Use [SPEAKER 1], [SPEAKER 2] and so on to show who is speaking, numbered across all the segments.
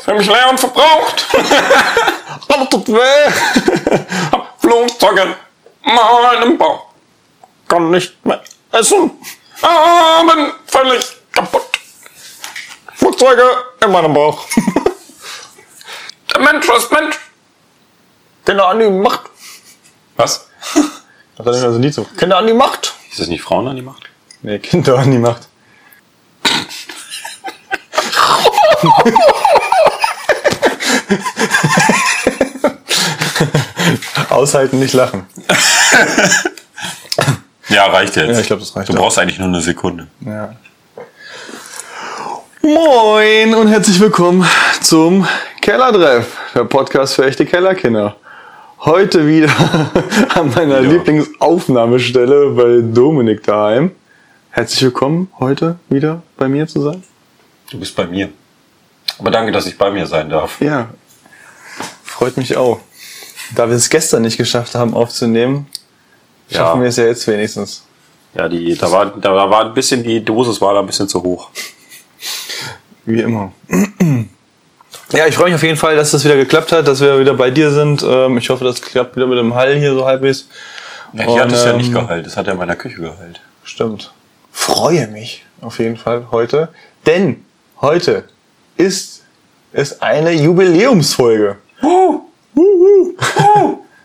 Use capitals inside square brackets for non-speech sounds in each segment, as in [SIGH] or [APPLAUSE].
[SPEAKER 1] Ich habe mich leer und
[SPEAKER 2] [LAUGHS]
[SPEAKER 1] verbraucht. Alles tut weh. Hab Flugzeuge meinem Bauch. Kann nicht mehr essen. Ah, bin völlig kaputt. Flugzeuge in meinem Bauch. [LAUGHS] Der Mensch ist Mensch. Kinder an die Macht.
[SPEAKER 2] Was?
[SPEAKER 1] Das ist also nie so. Kinder an die Macht.
[SPEAKER 2] Ist das nicht Frauen an die Macht?
[SPEAKER 1] Nee, Kinder an die Macht. [LAUGHS] Aushalten, nicht lachen.
[SPEAKER 2] Ja, reicht jetzt.
[SPEAKER 1] Ja, ich glaube, das reicht
[SPEAKER 2] Du
[SPEAKER 1] auch.
[SPEAKER 2] brauchst eigentlich nur eine Sekunde.
[SPEAKER 1] Ja. Moin und herzlich willkommen zum Kellertreff, der Podcast für echte Kellerkinder. Heute wieder [LAUGHS] an meiner
[SPEAKER 2] Wieder.
[SPEAKER 1] Lieblingsaufnahmestelle bei Dominik daheim. Herzlich willkommen, heute wieder bei mir zu sein.
[SPEAKER 2] Du bist bei mir. Aber danke, dass ich bei mir sein darf.
[SPEAKER 1] Ja, freut mich auch. Da wir es gestern nicht geschafft haben aufzunehmen, schaffen wir es ja jetzt wenigstens.
[SPEAKER 2] Ja, die, da war, da, da war ein bisschen, die Dosis war da ein bisschen zu hoch.
[SPEAKER 1] Wie immer. Ja, ich freue mich auf jeden Fall, dass das wieder geklappt hat, dass wir wieder bei dir sind. Ähm, Ich hoffe, das klappt wieder mit dem Hall hier so halbwegs.
[SPEAKER 2] Ja,
[SPEAKER 1] Und,
[SPEAKER 2] die hat es ja nicht
[SPEAKER 1] ähm,
[SPEAKER 2] geheilt. Das hat ja in meiner Küche geheilt.
[SPEAKER 1] Stimmt. Freue mich auf jeden Fall heute. Denn heute ist es eine Jubiläumsfolge. [LAUGHS]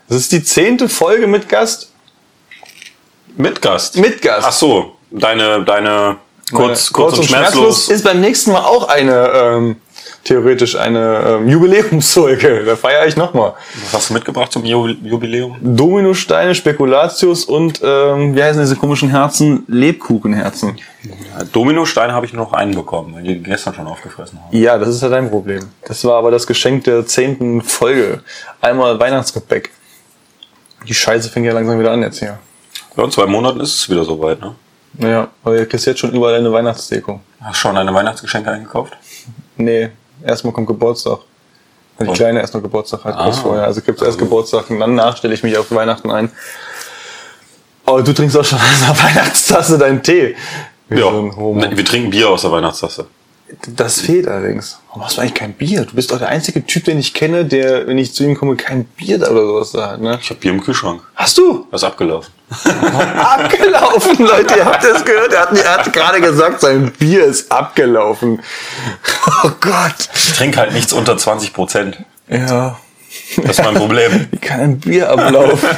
[SPEAKER 1] Es ist die zehnte Folge mit Gast.
[SPEAKER 2] Mit Gast.
[SPEAKER 1] Mit Gast.
[SPEAKER 2] Ach so, deine, deine kurz, kurz, und, schmerzlos.
[SPEAKER 1] ist beim nächsten Mal auch eine, ähm, theoretisch eine ähm, Jubiläumsfolge. Da feiere ich nochmal.
[SPEAKER 2] Was hast du mitgebracht zum Ju- Jubiläum?
[SPEAKER 1] Dominosteine, Spekulatius und, ähm, wie heißen diese komischen Herzen? Lebkuchenherzen.
[SPEAKER 2] Ja, Dominostein habe ich nur noch einen bekommen, weil die gestern schon aufgefressen haben.
[SPEAKER 1] Ja, das ist ja dein Problem. Das war aber das Geschenk der zehnten Folge. Einmal Weihnachtsgepäck. Die Scheiße fängt ja langsam wieder an jetzt hier.
[SPEAKER 2] Ja, in zwei Monaten ist es wieder soweit, ne?
[SPEAKER 1] Ja, aber ihr kriegst jetzt schon überall eine Weihnachtsdeko.
[SPEAKER 2] Hast schon deine Weihnachtsgeschenke eingekauft?
[SPEAKER 1] Nee, erstmal kommt Geburtstag. Weil die
[SPEAKER 2] Und-
[SPEAKER 1] Kleine erst noch Geburtstag hat, kurz
[SPEAKER 2] Ah.
[SPEAKER 1] vorher. Also gibt's erst Geburtstag und danach stelle ich mich auf Weihnachten ein. Aber du trinkst auch schon [LAUGHS] aus einer Weihnachtstasse deinen Tee. Wie so ein Homo.
[SPEAKER 2] Ne, Wir trinken Bier aus der Weihnachtstasse.
[SPEAKER 1] Das fehlt allerdings. Warum hast du eigentlich kein Bier? Du bist doch der einzige Typ, den ich kenne, der, wenn ich zu ihm komme, kein Bier da oder sowas da hat, ne?
[SPEAKER 2] Ich habe Bier im Kühlschrank.
[SPEAKER 1] Hast du?
[SPEAKER 2] Was abgelaufen.
[SPEAKER 1] [LAUGHS] Abgelaufen, Leute, ihr habt das gehört. Er hat, er hat gerade gesagt, sein Bier ist abgelaufen. [LAUGHS] Oh Gott.
[SPEAKER 2] [LAUGHS] Ich trinke halt nichts unter 20 Prozent.
[SPEAKER 1] Ja.
[SPEAKER 2] Das [LAUGHS] ist mein Problem.
[SPEAKER 1] Wie kann ein Bier [LAUGHS] ablaufen?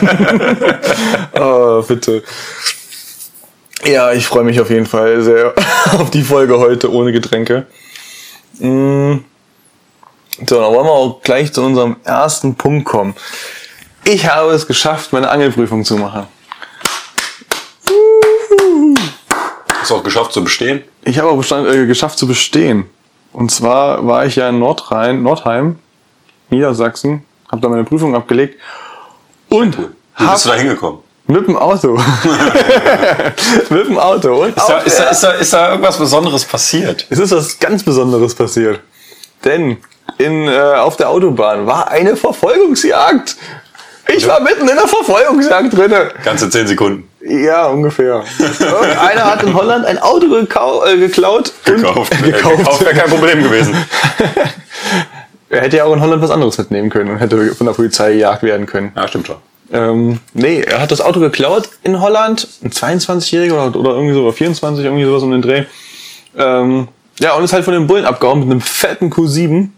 [SPEAKER 1] oh, bitte. Ja, ich freue mich auf jeden Fall sehr [LAUGHS] auf die Folge heute ohne Getränke. Mm. So, dann wollen wir auch gleich zu unserem ersten Punkt kommen. Ich habe es geschafft, meine Angelprüfung zu machen.
[SPEAKER 2] Hast du auch geschafft zu bestehen?
[SPEAKER 1] Ich habe auch bestand, äh, geschafft zu bestehen. Und zwar war ich ja in Nordrhein, Nordheim, Niedersachsen, habe da meine Prüfung abgelegt und
[SPEAKER 2] Wie
[SPEAKER 1] hab
[SPEAKER 2] bist du da hingekommen?
[SPEAKER 1] mit
[SPEAKER 2] [LAUGHS]
[SPEAKER 1] dem Auto, mit dem Auto und auf-
[SPEAKER 2] ist, da, ist da irgendwas Besonderes passiert?
[SPEAKER 1] es ist was ganz Besonderes passiert. Denn in, äh, auf der Autobahn war eine Verfolgungsjagd. Ich war mitten in der Verfolgungsjagd drinne.
[SPEAKER 2] Ganze 10 Sekunden.
[SPEAKER 1] Ja, ungefähr. Einer hat in Holland ein Auto gekau äh, geklaut. und-
[SPEAKER 2] Gekauft.
[SPEAKER 1] Äh, [LAUGHS] gekauft.
[SPEAKER 2] wäre kein Problem gewesen.
[SPEAKER 1] Er hätte ja auch in Holland was anderes mitnehmen können und hätte von der Polizei gejagt werden können.
[SPEAKER 2] Ja, stimmt schon.
[SPEAKER 1] Ähm, nee, er hat das Auto geklaut in Holland. Ein 22-Jähriger oder, oder irgendwie so, oder 24, irgendwie sowas um den Dreh. Ähm, ja, und ist halt von den Bullen abgehauen mit einem fetten Q7,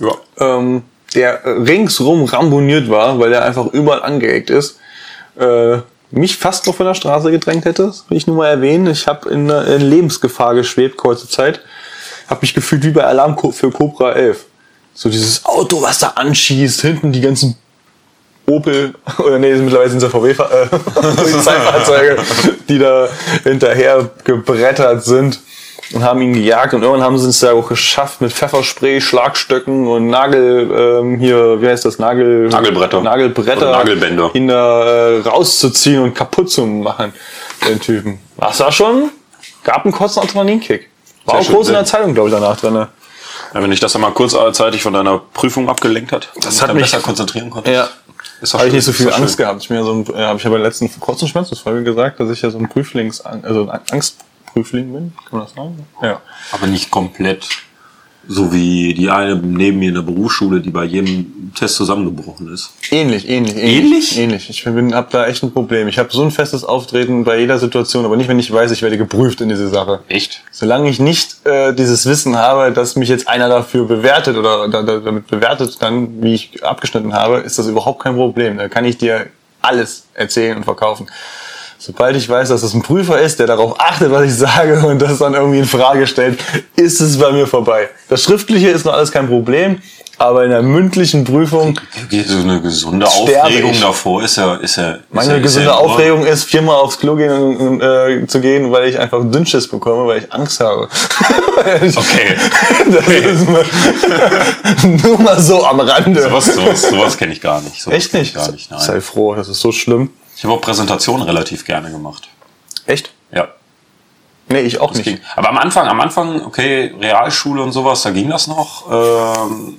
[SPEAKER 2] Ja.
[SPEAKER 1] ähm, der äh, ringsrum ramboniert war, weil er einfach überall angeeckt ist. Äh, mich fast noch von der Straße gedrängt hätte, das will ich nur mal erwähnen. Ich habe in, äh, in Lebensgefahr geschwebt, kurze Zeit. Habe mich gefühlt wie bei Alarm Co- für Cobra 11. So dieses Auto, was da anschießt, hinten die ganzen Opel, oder nee, mittlerweile sind es ja
[SPEAKER 2] [LAUGHS]
[SPEAKER 1] VW-Polizeifahrzeuge, die da hinterher gebrettert sind und haben ihn gejagt und irgendwann haben sie es ja auch geschafft mit Pfefferspray, Schlagstöcken und Nagel, ähm, hier, wie heißt das, Nagel...
[SPEAKER 2] Nagelbretter.
[SPEAKER 1] Nagelbretter.
[SPEAKER 2] Oder Nagelbänder.
[SPEAKER 1] Ihn da äh, rauszuziehen und kaputt zu machen, den Typen. Das war schon, gab einen kurzen Adrenalinkick. War
[SPEAKER 2] Sehr
[SPEAKER 1] auch
[SPEAKER 2] schön,
[SPEAKER 1] groß in
[SPEAKER 2] sehr-
[SPEAKER 1] der Zeitung, glaube ich, danach drin. ne?
[SPEAKER 2] Ja, Wenn ich das einmal kurzzeitig von deiner Prüfung abgelenkt hat,
[SPEAKER 1] Das
[SPEAKER 2] damit
[SPEAKER 1] hat
[SPEAKER 2] du
[SPEAKER 1] mich-
[SPEAKER 2] besser konzentrieren konnte.
[SPEAKER 1] Ja.
[SPEAKER 2] Ist doch
[SPEAKER 1] Habe ich
[SPEAKER 2] schön,
[SPEAKER 1] nicht so
[SPEAKER 2] ist
[SPEAKER 1] viel
[SPEAKER 2] doch
[SPEAKER 1] Angst
[SPEAKER 2] schön.
[SPEAKER 1] gehabt. Ich mir so ein, äh, habe ich ja bei der letzten kurzen Schmerzensfolge gesagt, dass ich ja so ein Prüflings, also ein Angstprüfling bin. Kann man das sagen? Ja.
[SPEAKER 2] Aber nicht komplett. So wie die eine neben mir in der Berufsschule, die bei jedem Test zusammengebrochen ist.
[SPEAKER 1] Ähnlich, ähnlich,
[SPEAKER 2] Ähnlich?
[SPEAKER 1] Ähnlich. Ich bin, hab da echt ein Problem. Ich habe so ein festes Auftreten bei jeder Situation, aber nicht, wenn ich weiß, ich werde geprüft in diese Sache.
[SPEAKER 2] Echt?
[SPEAKER 1] Solange ich nicht äh, dieses Wissen habe, dass mich jetzt einer dafür bewertet oder da, da, damit bewertet, dann, wie ich abgeschnitten habe, ist das überhaupt kein Problem. Da kann ich dir alles erzählen und verkaufen. Sobald ich weiß, dass es ein Prüfer ist, der darauf achtet, was ich sage und das dann irgendwie in Frage stellt, ist es bei mir vorbei. Das Schriftliche ist noch alles kein Problem, aber in der mündlichen Prüfung
[SPEAKER 2] So eine gesunde
[SPEAKER 1] Sterbe
[SPEAKER 2] Aufregung
[SPEAKER 1] ich.
[SPEAKER 2] davor ist ja, ist ja. ist ja-
[SPEAKER 1] Meine
[SPEAKER 2] ist
[SPEAKER 1] gesunde
[SPEAKER 2] ja in Ordnung.
[SPEAKER 1] Aufregung ist, viermal aufs Klo gehen, und, äh, zu gehen, weil ich einfach Dünnschiss bekomme, weil ich Angst habe. [LAUGHS]
[SPEAKER 2] Okay.
[SPEAKER 1] Das ist mal, nur [LAUGHS] mal so am Rande.
[SPEAKER 2] Sowas, sowas, sowas kenne ich gar nicht. Sowas
[SPEAKER 1] Echt
[SPEAKER 2] kenn ich
[SPEAKER 1] nicht?
[SPEAKER 2] Gar nicht, nein.
[SPEAKER 1] Sei froh, das ist so schlimm.
[SPEAKER 2] Ich habe auch Präsentationen relativ gerne gemacht.
[SPEAKER 1] Echt?
[SPEAKER 2] Ja.
[SPEAKER 1] Nee, ich auch nicht.
[SPEAKER 2] Ging. Aber am Anfang, am Anfang, okay, Realschule und sowas, da ging das noch. Ähm,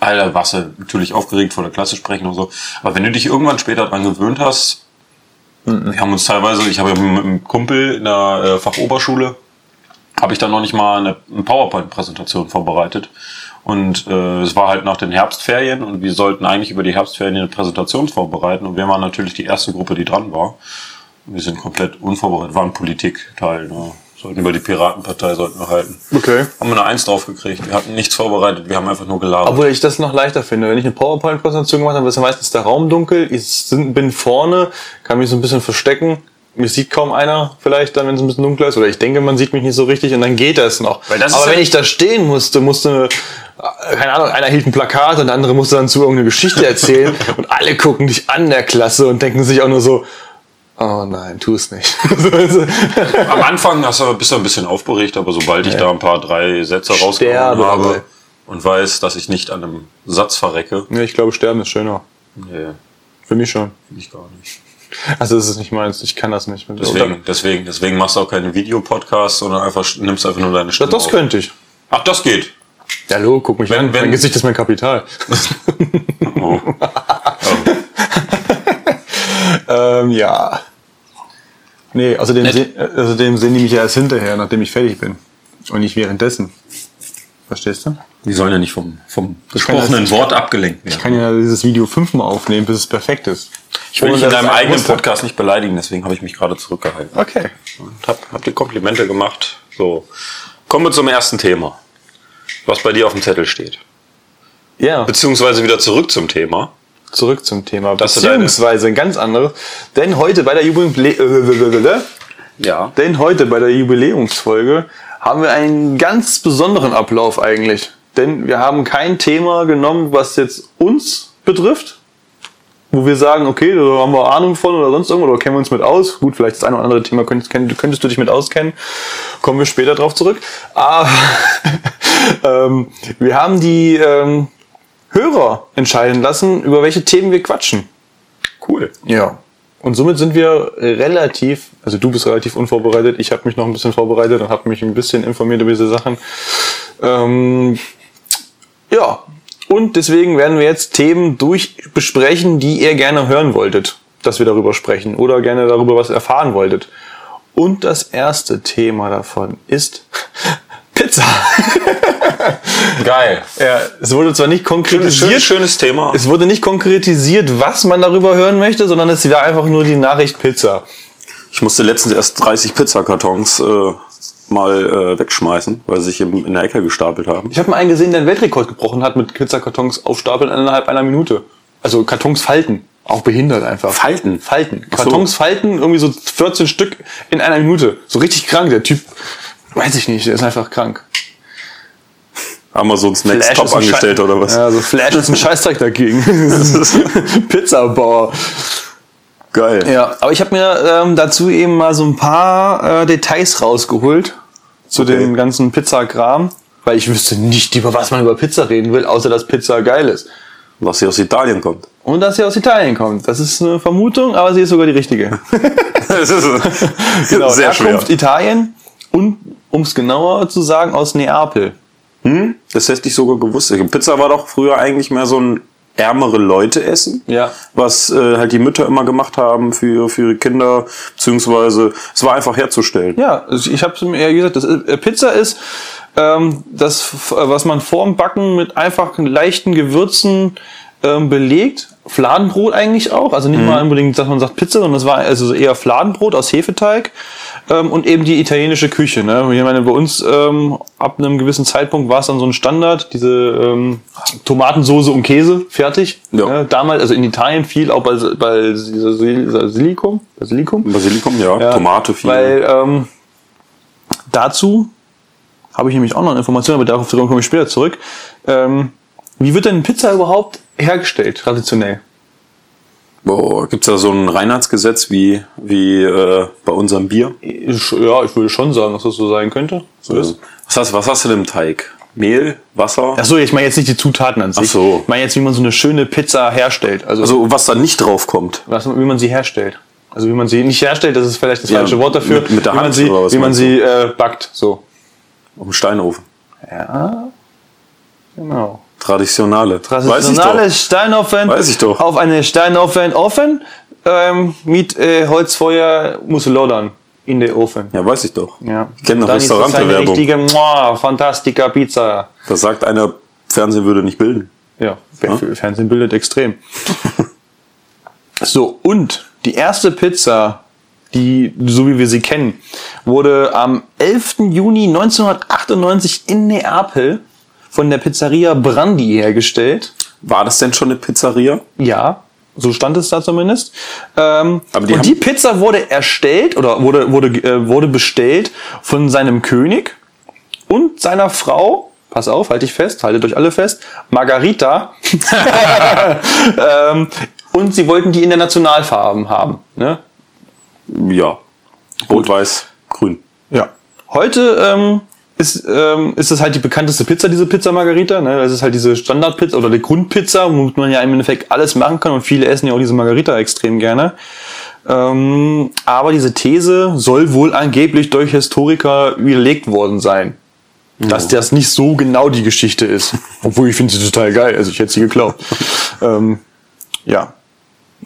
[SPEAKER 2] Alter, warst du natürlich aufgeregt vor der Klasse sprechen und so. Aber wenn du dich irgendwann später dran gewöhnt hast, wir haben uns teilweise, ich habe ja mit einem Kumpel in der äh, Fachoberschule, habe ich dann noch nicht mal eine, eine PowerPoint-Präsentation vorbereitet. Und äh, es war halt nach den Herbstferien und wir sollten eigentlich über die Herbstferien eine Präsentation vorbereiten. Und wir waren natürlich die erste Gruppe, die dran war. Wir sind komplett unvorbereitet, waren Politikteil. Ne? Sollten über die Piratenpartei sollten wir halten.
[SPEAKER 1] Okay.
[SPEAKER 2] Haben wir eine Eins draufgekriegt. Wir hatten nichts vorbereitet, wir haben einfach nur gelabert.
[SPEAKER 1] Obwohl ich das noch leichter finde. Wenn ich eine PowerPoint-Präsentation gemacht habe, ist ja meistens der Raum dunkel. Ich sind, bin vorne, kann mich so ein bisschen verstecken. Mich sieht kaum einer vielleicht dann, wenn es ein bisschen dunkler ist. Oder ich denke, man sieht mich nicht so richtig und dann geht das noch.
[SPEAKER 2] Weil das ist
[SPEAKER 1] Aber
[SPEAKER 2] ja-
[SPEAKER 1] wenn ich da stehen musste, musste, äh, keine Ahnung, einer hielt ein Plakat und der andere musste dann zu irgendeine Geschichte erzählen.
[SPEAKER 2] [LAUGHS]
[SPEAKER 1] und alle gucken dich an der Klasse und denken sich auch nur so, oh nein, tu es nicht. [LAUGHS] So,
[SPEAKER 2] [LAUGHS]
[SPEAKER 1] so.
[SPEAKER 2] Am Anfang hast du, bist du ein bisschen aufgeregt, aber sobald ich da ein paar, drei Sätze rausgehauen
[SPEAKER 1] Sterbe dabei.
[SPEAKER 2] habe und weiß, dass ich nicht an einem Satz verrecke,
[SPEAKER 1] nee, ich glaube, sterben ist schöner.
[SPEAKER 2] nee,
[SPEAKER 1] Für mich schon.
[SPEAKER 2] bin ich gar nicht.
[SPEAKER 1] Also es ist nicht meins. Ich kann das nicht.
[SPEAKER 2] Deswegen, deswegen, deswegen machst du auch keine Videopodcasts, sondern einfach nimmst einfach nur deine Stimme.
[SPEAKER 1] das
[SPEAKER 2] auf.
[SPEAKER 1] könnte ich.
[SPEAKER 2] Ach, das geht.
[SPEAKER 1] Ja, hallo, guck mich
[SPEAKER 2] Wenn-
[SPEAKER 1] an.
[SPEAKER 2] wenn-
[SPEAKER 1] mein Gesicht ist mein Kapital.
[SPEAKER 2] [LAUGHS] Oh.
[SPEAKER 1] [LAUGHS] ähm, ja. Nee, außerdem, se äh, außerdem sehen die mich ja erst hinterher, nachdem ich fertig bin. Und nicht währenddessen. Verstehst du?
[SPEAKER 2] Die sollen ja nicht vom, vom
[SPEAKER 1] kann
[SPEAKER 2] gesprochenen
[SPEAKER 1] das-
[SPEAKER 2] Wort abgelenkt werden.
[SPEAKER 1] Ich kann ja dieses Video fünfmal aufnehmen, bis es perfekt ist.
[SPEAKER 2] Ich will dich in
[SPEAKER 1] Ohne, dass
[SPEAKER 2] deinem
[SPEAKER 1] es ein
[SPEAKER 2] eigenen
[SPEAKER 1] Muster-
[SPEAKER 2] Podcast nicht beleidigen, deswegen habe ich mich gerade zurückgehalten.
[SPEAKER 1] Okay.
[SPEAKER 2] Und hab, hab dir Komplimente gemacht. So. Kommen wir zum ersten Thema. Was bei dir auf dem Zettel steht.
[SPEAKER 1] Ja,
[SPEAKER 2] Beziehungsweise wieder zurück zum Thema.
[SPEAKER 1] zurück zum Thema.
[SPEAKER 2] ist deine-
[SPEAKER 1] Beziehungsweise ein ganz anderes. Denn heute bei der äh, Jubiläum...
[SPEAKER 2] Ja.
[SPEAKER 1] Denn heute bei der Jubiläumsfolge haben wir einen ganz besonderen Ablauf eigentlich. Denn wir haben kein Thema genommen, was jetzt uns betrifft, wo wir sagen, okay, da haben wir Ahnung von oder sonst irgendwo, oder kennen wir uns mit aus. Gut, vielleicht das eine oder andere Thema könntest, kenn- könntest du dich mit auskennen. Kommen wir später drauf zurück. Aber [LAUGHS] ähm, wir haben die ähm, Hörer entscheiden lassen, über welche Themen wir quatschen.
[SPEAKER 2] Cool.
[SPEAKER 1] Ja. Und somit sind wir relativ, also du bist relativ unvorbereitet, ich habe mich noch ein bisschen vorbereitet und habe mich ein bisschen informiert über diese Sachen. Ähm, ja, und deswegen werden wir jetzt Themen durch besprechen, die ihr gerne hören wolltet, dass wir darüber sprechen oder gerne darüber was erfahren wolltet. Und das erste Thema davon ist [LAUGHS] Pizza.
[SPEAKER 2] Geil.
[SPEAKER 1] ja, es wurde zwar nicht konkretisiert,
[SPEAKER 2] Schön, schönes Thema.
[SPEAKER 1] es wurde nicht konkretisiert, was man darüber hören möchte, sondern es war einfach nur die Nachricht Pizza.
[SPEAKER 2] Ich musste letztens erst 30 Pizzakartons äh, mal äh, wegschmeißen, weil sie sich im, in der Ecke gestapelt haben.
[SPEAKER 1] Ich habe mal einen gesehen, der einen Weltrekord gebrochen hat mit Pizzakartons aufstapeln innerhalb einer Minute. Also Kartons falten. Auch behindert einfach.
[SPEAKER 2] Falten?
[SPEAKER 1] Falten.
[SPEAKER 2] Ach so.
[SPEAKER 1] Kartons falten, irgendwie so 14 Stück in einer Minute. So richtig krank, der Typ. Weiß ich nicht, der ist einfach krank.
[SPEAKER 2] Amazons Next
[SPEAKER 1] Flash
[SPEAKER 2] Top
[SPEAKER 1] ist ein
[SPEAKER 2] angestellt
[SPEAKER 1] Schei-
[SPEAKER 2] oder was?
[SPEAKER 1] Ja, so Flash ist ein Scheißdreck dagegen. [LAUGHS] Pizzabauer.
[SPEAKER 2] Geil.
[SPEAKER 1] Ja, aber ich habe mir ähm, dazu eben mal so ein paar äh, Details rausgeholt zu
[SPEAKER 2] Okay.
[SPEAKER 1] dem ganzen Pizzakram, weil ich wüsste nicht, über was man über Pizza reden will, außer dass Pizza geil ist.
[SPEAKER 2] Dass sie aus Italien kommt. [LAUGHS]
[SPEAKER 1] Und dass sie aus Italien kommt. Das ist eine Vermutung, aber sie ist sogar die richtige.
[SPEAKER 2] Das ist
[SPEAKER 1] [LAUGHS] Genau,
[SPEAKER 2] sehr schwer.
[SPEAKER 1] Herkunft Italien und, um es genauer zu sagen, aus Neapel.
[SPEAKER 2] Das hätte ich sogar gewusst. Pizza war doch früher eigentlich mehr so ein ärmere Leute essen.
[SPEAKER 1] Ja.
[SPEAKER 2] Was äh, halt die Mütter immer gemacht haben für, für ihre Kinder, beziehungsweise es war einfach herzustellen.
[SPEAKER 1] Ja, also ich habe mir ja gesagt, das ist, äh, Pizza ist ähm, das, was man vorm Backen mit einfachen, leichten Gewürzen ähm, belegt. Fladenbrot eigentlich auch. Also nicht mal unbedingt, dass man sagt Pizza, sondern das war also eher Fladenbrot aus Hefeteig. Ähm, und eben die italienische Küche. Ne? Ich meine, bei uns ähm, ab einem gewissen Zeitpunkt war es dann so ein Standard, diese ähm, Tomatensoße und Käse, fertig.
[SPEAKER 2] Ja.
[SPEAKER 1] Ne? Damals, also in Italien viel, auch bei, bei Basilikum. Basilikum?
[SPEAKER 2] Basilikum, ja,
[SPEAKER 1] Ja,
[SPEAKER 2] Tomate viel.
[SPEAKER 1] Weil ähm, dazu habe ich nämlich auch noch eine Information, aber darauf komme ich später zurück. Ähm, wie wird denn Pizza überhaupt hergestellt, traditionell?
[SPEAKER 2] Boah, gibt's da so ein Reinheitsgesetz wie, wie äh, bei unserem Bier?
[SPEAKER 1] Ich, ja, ich würde schon sagen, dass das so sein könnte. So ist.
[SPEAKER 2] Was hast, was hast du denn im Teig? Mehl, Wasser?
[SPEAKER 1] Achso, ich meine jetzt nicht die Zutaten an sich.
[SPEAKER 2] Ach so.
[SPEAKER 1] Ich meine jetzt, wie man so eine schöne Pizza herstellt. Also,
[SPEAKER 2] Also was da nicht drauf kommt.
[SPEAKER 1] was, wie man sie herstellt. Also wie man sie nicht herstellt, das ist vielleicht das
[SPEAKER 2] Ja,
[SPEAKER 1] falsche Wort dafür.
[SPEAKER 2] mit- mit der
[SPEAKER 1] wie man
[SPEAKER 2] Hand
[SPEAKER 1] sie,
[SPEAKER 2] oder was
[SPEAKER 1] wie man
[SPEAKER 2] meinst
[SPEAKER 1] sie äh, backt. So.
[SPEAKER 2] Auf dem Steinofen.
[SPEAKER 1] Ja. Genau.
[SPEAKER 2] Traditionale.
[SPEAKER 1] Traditionale
[SPEAKER 2] Weiß ich
[SPEAKER 1] Steinofen
[SPEAKER 2] Weiß ich doch.
[SPEAKER 1] auf eine Steinofen offen ähm, mit äh, Holzfeuer muss lodern in der Ofen.
[SPEAKER 2] doch. Ja, weiß ich doch.
[SPEAKER 1] Ja.
[SPEAKER 2] Ich kenne doch
[SPEAKER 1] Dann ist das eine
[SPEAKER 2] Restaurantewerbung.
[SPEAKER 1] richtige Mua, Fantastica Pizza.
[SPEAKER 2] Da sagt einer, Fernsehen würde nicht bilden.
[SPEAKER 1] Ja, Fer- Fernsehen bildet extrem.
[SPEAKER 2] [LAUGHS]
[SPEAKER 1] so, und die erste Pizza, die, so wie wir sie kennen, wurde am 11. Juni 1998 in Neapel von der Pizzeria Brandi hergestellt.
[SPEAKER 2] War das denn schon eine Pizzeria?
[SPEAKER 1] Ja, so stand es da zumindest. Ähm,
[SPEAKER 2] Aber die
[SPEAKER 1] und
[SPEAKER 2] haben-
[SPEAKER 1] die Pizza wurde erstellt oder wurde, wurde, äh, wurde bestellt von seinem König und seiner Frau. Pass auf, halte ich fest, haltet euch alle fest.
[SPEAKER 2] [LAUGHS]
[SPEAKER 1] Margarita. [LAUGHS] ähm, und sie wollten die in der Nationalfarben haben. Ne?
[SPEAKER 2] Ja. Rot, weiß, grün.
[SPEAKER 1] Ja. Heute ähm, ist, ähm, ist das halt die bekannteste Pizza, diese Pizza Margarita. Ne? Das ist halt diese Standardpizza oder die Grundpizza, womit man ja im Endeffekt alles machen kann. Und viele essen ja auch diese Margarita extrem gerne. Ähm, aber diese These soll wohl angeblich durch Historiker widerlegt worden sein. Dass das nicht so genau die Geschichte ist. Obwohl ich finde sie total geil. Also ich hätte sie geglaubt. ähm, ja.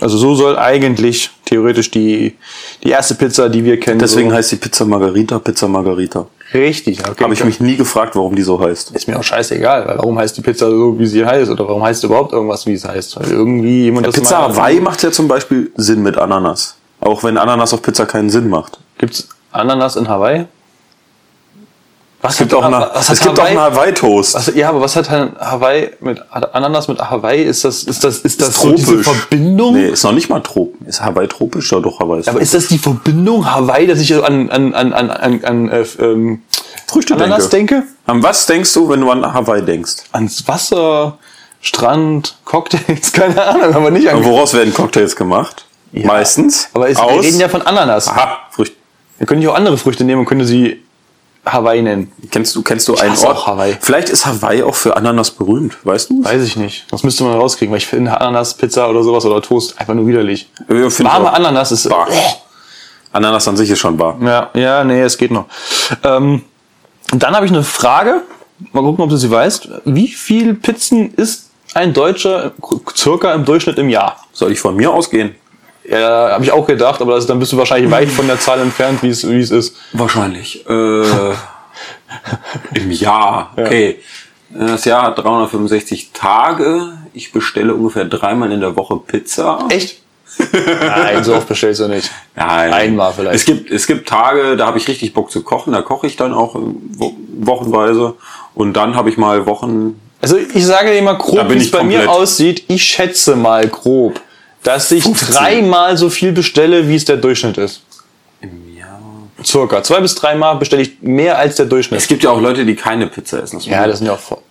[SPEAKER 1] Also so soll eigentlich theoretisch die, die erste Pizza, die wir kennen.
[SPEAKER 2] Deswegen
[SPEAKER 1] so
[SPEAKER 2] heißt die Pizza Margarita Pizza Margarita.
[SPEAKER 1] Richtig, okay.
[SPEAKER 2] Habe ich mich nie gefragt, warum die so heißt.
[SPEAKER 1] ist mir auch scheißegal, weil warum heißt die Pizza so, wie sie heißt? Oder warum heißt überhaupt irgendwas, wie es heißt? Weil irgendwie jemand das
[SPEAKER 2] Pizza
[SPEAKER 1] mal-
[SPEAKER 2] Hawaii macht ja zum Beispiel Sinn mit Ananas. Auch wenn Ananas auf Pizza keinen Sinn macht.
[SPEAKER 1] Gibt's Ananas in Hawaii? Was
[SPEAKER 2] Es gibt auch eine,
[SPEAKER 1] was hat
[SPEAKER 2] es gibt auch
[SPEAKER 1] Hawaii,
[SPEAKER 2] einen Hawaii-Toast.
[SPEAKER 1] was, ja, aber was hat Hawaii mit hat Ananas mit Hawaii? Ist das ist das ist das so diese Verbindung?
[SPEAKER 2] Nee, ist noch nicht mal tropen. Ist Hawaii tropisch oder doch Hawaii? ist
[SPEAKER 1] Aber
[SPEAKER 2] tropisch.
[SPEAKER 1] ist das die Verbindung Hawaii, dass ich an an an an an, an äh, ähm,
[SPEAKER 2] Früchte
[SPEAKER 1] Ananas denke?
[SPEAKER 2] An was denkst du, wenn du an Hawaii denkst?
[SPEAKER 1] Ans Wasser, Strand, Cocktails, [LAUGHS] keine Ahnung, aber nicht an.
[SPEAKER 2] Woraus werden Cocktails gemacht? Meistens.
[SPEAKER 1] Aber ist, wir
[SPEAKER 2] aus.
[SPEAKER 1] reden ja von Ananas.
[SPEAKER 2] Aha, Früchte.
[SPEAKER 1] Wir können ja auch andere Früchte nehmen und können sie Hawaii nennen.
[SPEAKER 2] Kennst du, kennst du einen
[SPEAKER 1] hasse
[SPEAKER 2] Ort?
[SPEAKER 1] auch Hawaii.
[SPEAKER 2] Vielleicht ist Hawaii auch für Ananas berühmt, weißt du?
[SPEAKER 1] Weiß ich nicht. Das müsste man rauskriegen, weil ich finde Ananas, Pizza oder sowas oder Toast einfach nur widerlich.
[SPEAKER 2] Ja, find ich
[SPEAKER 1] Warme
[SPEAKER 2] auch.
[SPEAKER 1] Ananas ist.
[SPEAKER 2] Bah. Ananas an sich ist schon wahr.
[SPEAKER 1] Ja, ja, nee, es geht noch. Ähm, und dann habe ich eine Frage. Mal gucken, ob du sie weißt. Wie viel Pizzen isst ein Deutscher circa im Durchschnitt im Jahr?
[SPEAKER 2] Soll ich von mir ausgehen?
[SPEAKER 1] Ja, habe ich auch gedacht, aber das, dann bist du wahrscheinlich weit von der Zahl entfernt, wie es wie es ist.
[SPEAKER 2] Wahrscheinlich. Äh, Im
[SPEAKER 1] [LAUGHS]
[SPEAKER 2] Jahr. Okay. Das Jahr hat 365 Tage. Ich bestelle ungefähr dreimal in der Woche Pizza.
[SPEAKER 1] Echt? [LAUGHS] Nein, so oft bestellst du nicht.
[SPEAKER 2] Nein.
[SPEAKER 1] Einmal vielleicht.
[SPEAKER 2] Es gibt, es gibt Tage, da habe ich richtig Bock zu kochen, da koche ich dann auch äh, wo- wochenweise. Und dann habe ich mal Wochen.
[SPEAKER 1] Also ich sage dir mal
[SPEAKER 2] Da
[SPEAKER 1] grob,
[SPEAKER 2] bin
[SPEAKER 1] wie es
[SPEAKER 2] ich
[SPEAKER 1] bei
[SPEAKER 2] komplett.
[SPEAKER 1] mir aussieht. Ich schätze mal grob, dass ich
[SPEAKER 2] 15.
[SPEAKER 1] dreimal so viel bestelle, wie es der Durchschnitt ist.
[SPEAKER 2] Im Jahr.
[SPEAKER 1] Circa. Zwei bis dreimal bestelle ich mehr als der Durchschnitt.
[SPEAKER 2] Es gibt ja auch Leute, die keine Pizza essen.
[SPEAKER 1] Ja, das sind ja auch Vo-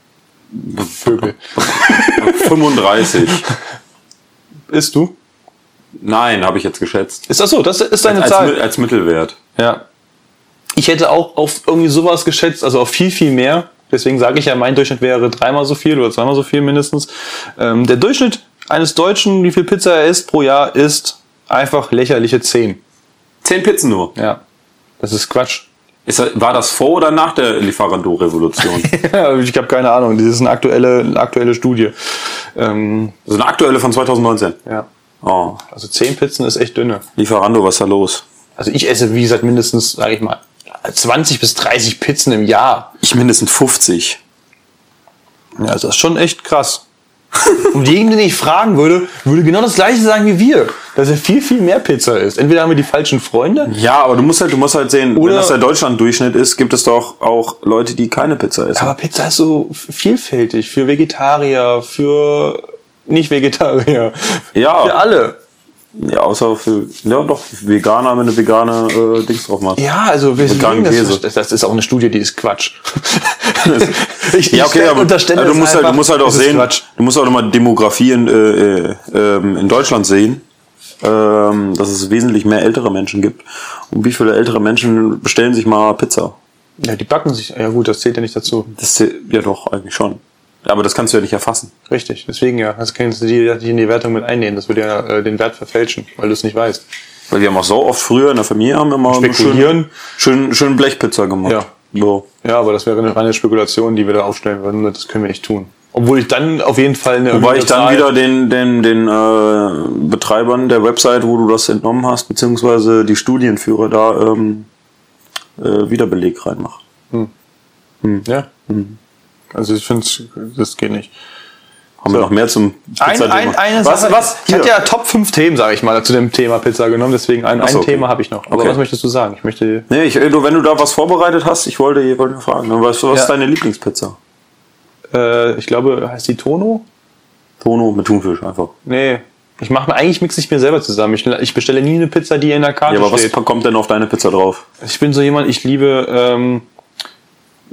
[SPEAKER 1] Vögel. [LAUGHS]
[SPEAKER 2] 35.
[SPEAKER 1] Isst du?
[SPEAKER 2] Nein, habe ich jetzt geschätzt.
[SPEAKER 1] Ist das so? Das ist deine
[SPEAKER 2] Als,
[SPEAKER 1] Zahl?
[SPEAKER 2] Mi- als Mittelwert.
[SPEAKER 1] Ja. Ich hätte auch auf irgendwie sowas geschätzt, also auf viel, viel mehr. Deswegen sage ich ja, mein Durchschnitt wäre dreimal so viel oder zweimal so viel mindestens. Ähm, der Durchschnitt eines Deutschen, wie viel Pizza er isst pro Jahr, ist einfach lächerliche 10.
[SPEAKER 2] Zehn Pizzen nur.
[SPEAKER 1] Ja. Das ist Quatsch. [LAUGHS]
[SPEAKER 2] Ist, das- war das vor oder nach der Lieferando-Revolution?
[SPEAKER 1] Ja, ich habe keine Ahnung. Das ist eine aktuelle, eine aktuelle Studie. Ähm,
[SPEAKER 2] also eine aktuelle von 2019.
[SPEAKER 1] ja.
[SPEAKER 2] Oh,
[SPEAKER 1] Also 10 Pizzen ist echt dünne.
[SPEAKER 2] Lieferando, was ist da los?
[SPEAKER 1] Also ich esse, wie gesagt, mindestens, sage ich mal, 20 bis 30 Pizzen im Jahr.
[SPEAKER 2] Ich meine, das sind 50.
[SPEAKER 1] Ja, also das ist schon echt krass. Und jeden, den ich fragen würde, würde genau das gleiche sagen wie wir. Dass er viel, viel mehr Pizza isst. Entweder haben wir die falschen Freunde.
[SPEAKER 2] Ja, aber du musst halt, du musst halt sehen,
[SPEAKER 1] Oder-
[SPEAKER 2] wenn das der Deutschland-Durchschnitt ist, gibt es doch auch Leute, die keine Pizza essen.
[SPEAKER 1] Aber Pizza ist so vielfältig. Für Vegetarier, für Nicht-Vegetarier.
[SPEAKER 2] Ja.
[SPEAKER 1] Für alle.
[SPEAKER 2] Ja, außer für, ja doch, Veganer, wenn du vegane äh, Dings drauf machst.
[SPEAKER 1] Ja, also wir
[SPEAKER 2] veganen
[SPEAKER 1] das,
[SPEAKER 2] Käse.
[SPEAKER 1] das, das ist auch eine Studie, die ist Quatsch. [LAUGHS] ich,
[SPEAKER 2] Ja, okay,
[SPEAKER 1] ich
[SPEAKER 2] aber
[SPEAKER 1] unterstelle
[SPEAKER 2] aber du,
[SPEAKER 1] es
[SPEAKER 2] musst halt, du
[SPEAKER 1] einfach,
[SPEAKER 2] musst halt auch
[SPEAKER 1] das ist
[SPEAKER 2] sehen,
[SPEAKER 1] Quatsch.
[SPEAKER 2] du musst auch mal Demografie in, äh, äh, ähm, in Deutschland sehen, ähm, dass es wesentlich mehr ältere Menschen gibt. Und wie viele ältere Menschen bestellen sich mal Pizza?
[SPEAKER 1] Ja, die backen sich. Ja gut, das zählt ja nicht dazu.
[SPEAKER 2] Das zäh- ja doch, eigentlich schon. Aber das kannst du ja nicht erfassen.
[SPEAKER 1] Richtig, deswegen ja. Das kannst du die, die in die Wertung mit einnehmen. Das würde ja äh, den Wert verfälschen, weil du es nicht weißt.
[SPEAKER 2] Weil wir haben auch so oft früher in der Familie haben wir immer so schön,
[SPEAKER 1] Spekulieren.
[SPEAKER 2] schön, schön Blechpizza gemacht.
[SPEAKER 1] Ja.
[SPEAKER 2] So.
[SPEAKER 1] Ja, aber das wäre eine reine Spekulation, die wir da aufstellen würden. Das können wir nicht tun. Obwohl ich dann auf jeden Fall eine.
[SPEAKER 2] Wobei ich dann
[SPEAKER 1] Zahl-
[SPEAKER 2] wieder den, den, den äh, Betreibern der Website, wo du das entnommen hast, beziehungsweise die Studienführer da ähm, äh, wieder Beleg reinmache.
[SPEAKER 1] Ja. Also ich finde, das geht nicht.
[SPEAKER 2] Haben wir noch mehr zum
[SPEAKER 1] Ein, ein, eine
[SPEAKER 2] was,
[SPEAKER 1] Sache,
[SPEAKER 2] was?
[SPEAKER 1] Ich
[SPEAKER 2] Hier.
[SPEAKER 1] hatte ja Top 5 Themen, sage ich mal, zu dem Thema Pizza genommen. Deswegen ein,
[SPEAKER 2] so,
[SPEAKER 1] ein
[SPEAKER 2] okay.
[SPEAKER 1] Thema habe ich noch. Aber
[SPEAKER 2] Okay.
[SPEAKER 1] was möchtest du sagen? Ich möchte.
[SPEAKER 2] Nee, ich, äh, du, wenn du da was vorbereitet hast, ich wollte, ich wollte fragen, was, was
[SPEAKER 1] Ja.
[SPEAKER 2] ist deine Lieblingspizza?
[SPEAKER 1] Äh, ich glaube, heißt die Tono?
[SPEAKER 2] Tono mit Thunfisch einfach.
[SPEAKER 1] Nee. Ich mache mir eigentlich mixe ich mir selber zusammen. Ich, ich bestelle nie eine Pizza, die in der Karte
[SPEAKER 2] Ja, aber was
[SPEAKER 1] steht.
[SPEAKER 2] kommt denn auf deine Pizza drauf?
[SPEAKER 1] Ich bin so jemand, ich liebe ähm,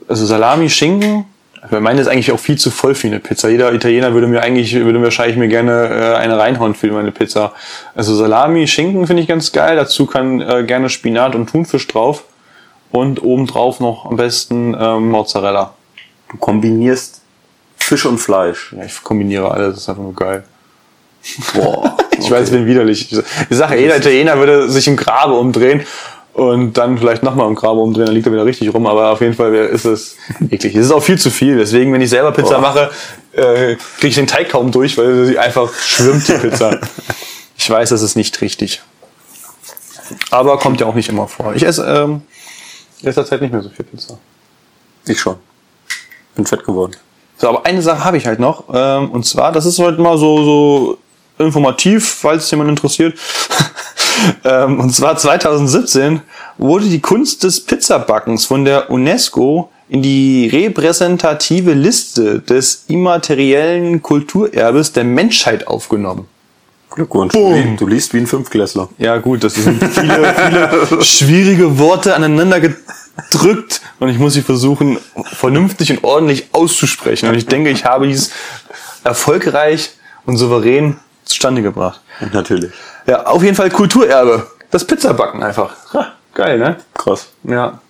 [SPEAKER 1] also Salami, Schinken. Weil meine ist eigentlich auch viel zu voll für eine Pizza. Jeder Italiener würde mir eigentlich, würde mir wahrscheinlich mir gerne äh, eine reinhauen für meine Pizza. Also Salami, Schinken finde ich ganz geil. Dazu kann äh, gerne Spinat und Thunfisch drauf. Und obendrauf noch am besten ähm, Mozzarella.
[SPEAKER 2] Du kombinierst Fisch und Fleisch.
[SPEAKER 1] Ja, ich kombiniere alles, das ist einfach nur geil.
[SPEAKER 2] Boah.
[SPEAKER 1] [LAUGHS] Ich weiß, ich bin widerlich. Ich sage, jeder Italiener würde sich im Grabe umdrehen und dann vielleicht nochmal im Grabe umdrehen, dann liegt er wieder richtig rum, aber auf jeden Fall ist es eklig. Es ist auch viel zu viel, deswegen, wenn ich selber Pizza
[SPEAKER 2] Boah.
[SPEAKER 1] mache, äh, kriege ich den Teig kaum durch, weil sie einfach schwimmt, die Pizza. [LAUGHS] ich weiß, das ist nicht richtig. Aber kommt ja auch nicht immer vor. Ich esse ähm, in letzter Zeit nicht mehr so viel Pizza.
[SPEAKER 2] Ich schon. Bin fett geworden.
[SPEAKER 1] So, aber eine Sache habe ich halt noch. Ähm, und zwar, das ist heute mal so, so informativ, falls es jemand interessiert. [LAUGHS] ähm, und zwar 2017 wurde die Kunst des Pizzabackens von der UNESCO in die repräsentative Liste des immateriellen Kulturerbes der Menschheit aufgenommen.
[SPEAKER 2] Glückwunsch. Du liest wie ein Fünfklässler.
[SPEAKER 1] Ja, gut, das sind viele, viele schwierige Worte aneinander gedrückt und ich muss sie versuchen, vernünftig und ordentlich auszusprechen. Und ich denke, ich habe dies erfolgreich und souverän zustande gebracht.
[SPEAKER 2] Natürlich.
[SPEAKER 1] Ja, auf jeden Fall Kulturerbe. Das Pizzabacken einfach. Ha, geil, ne?
[SPEAKER 2] Krass.
[SPEAKER 1] Ja.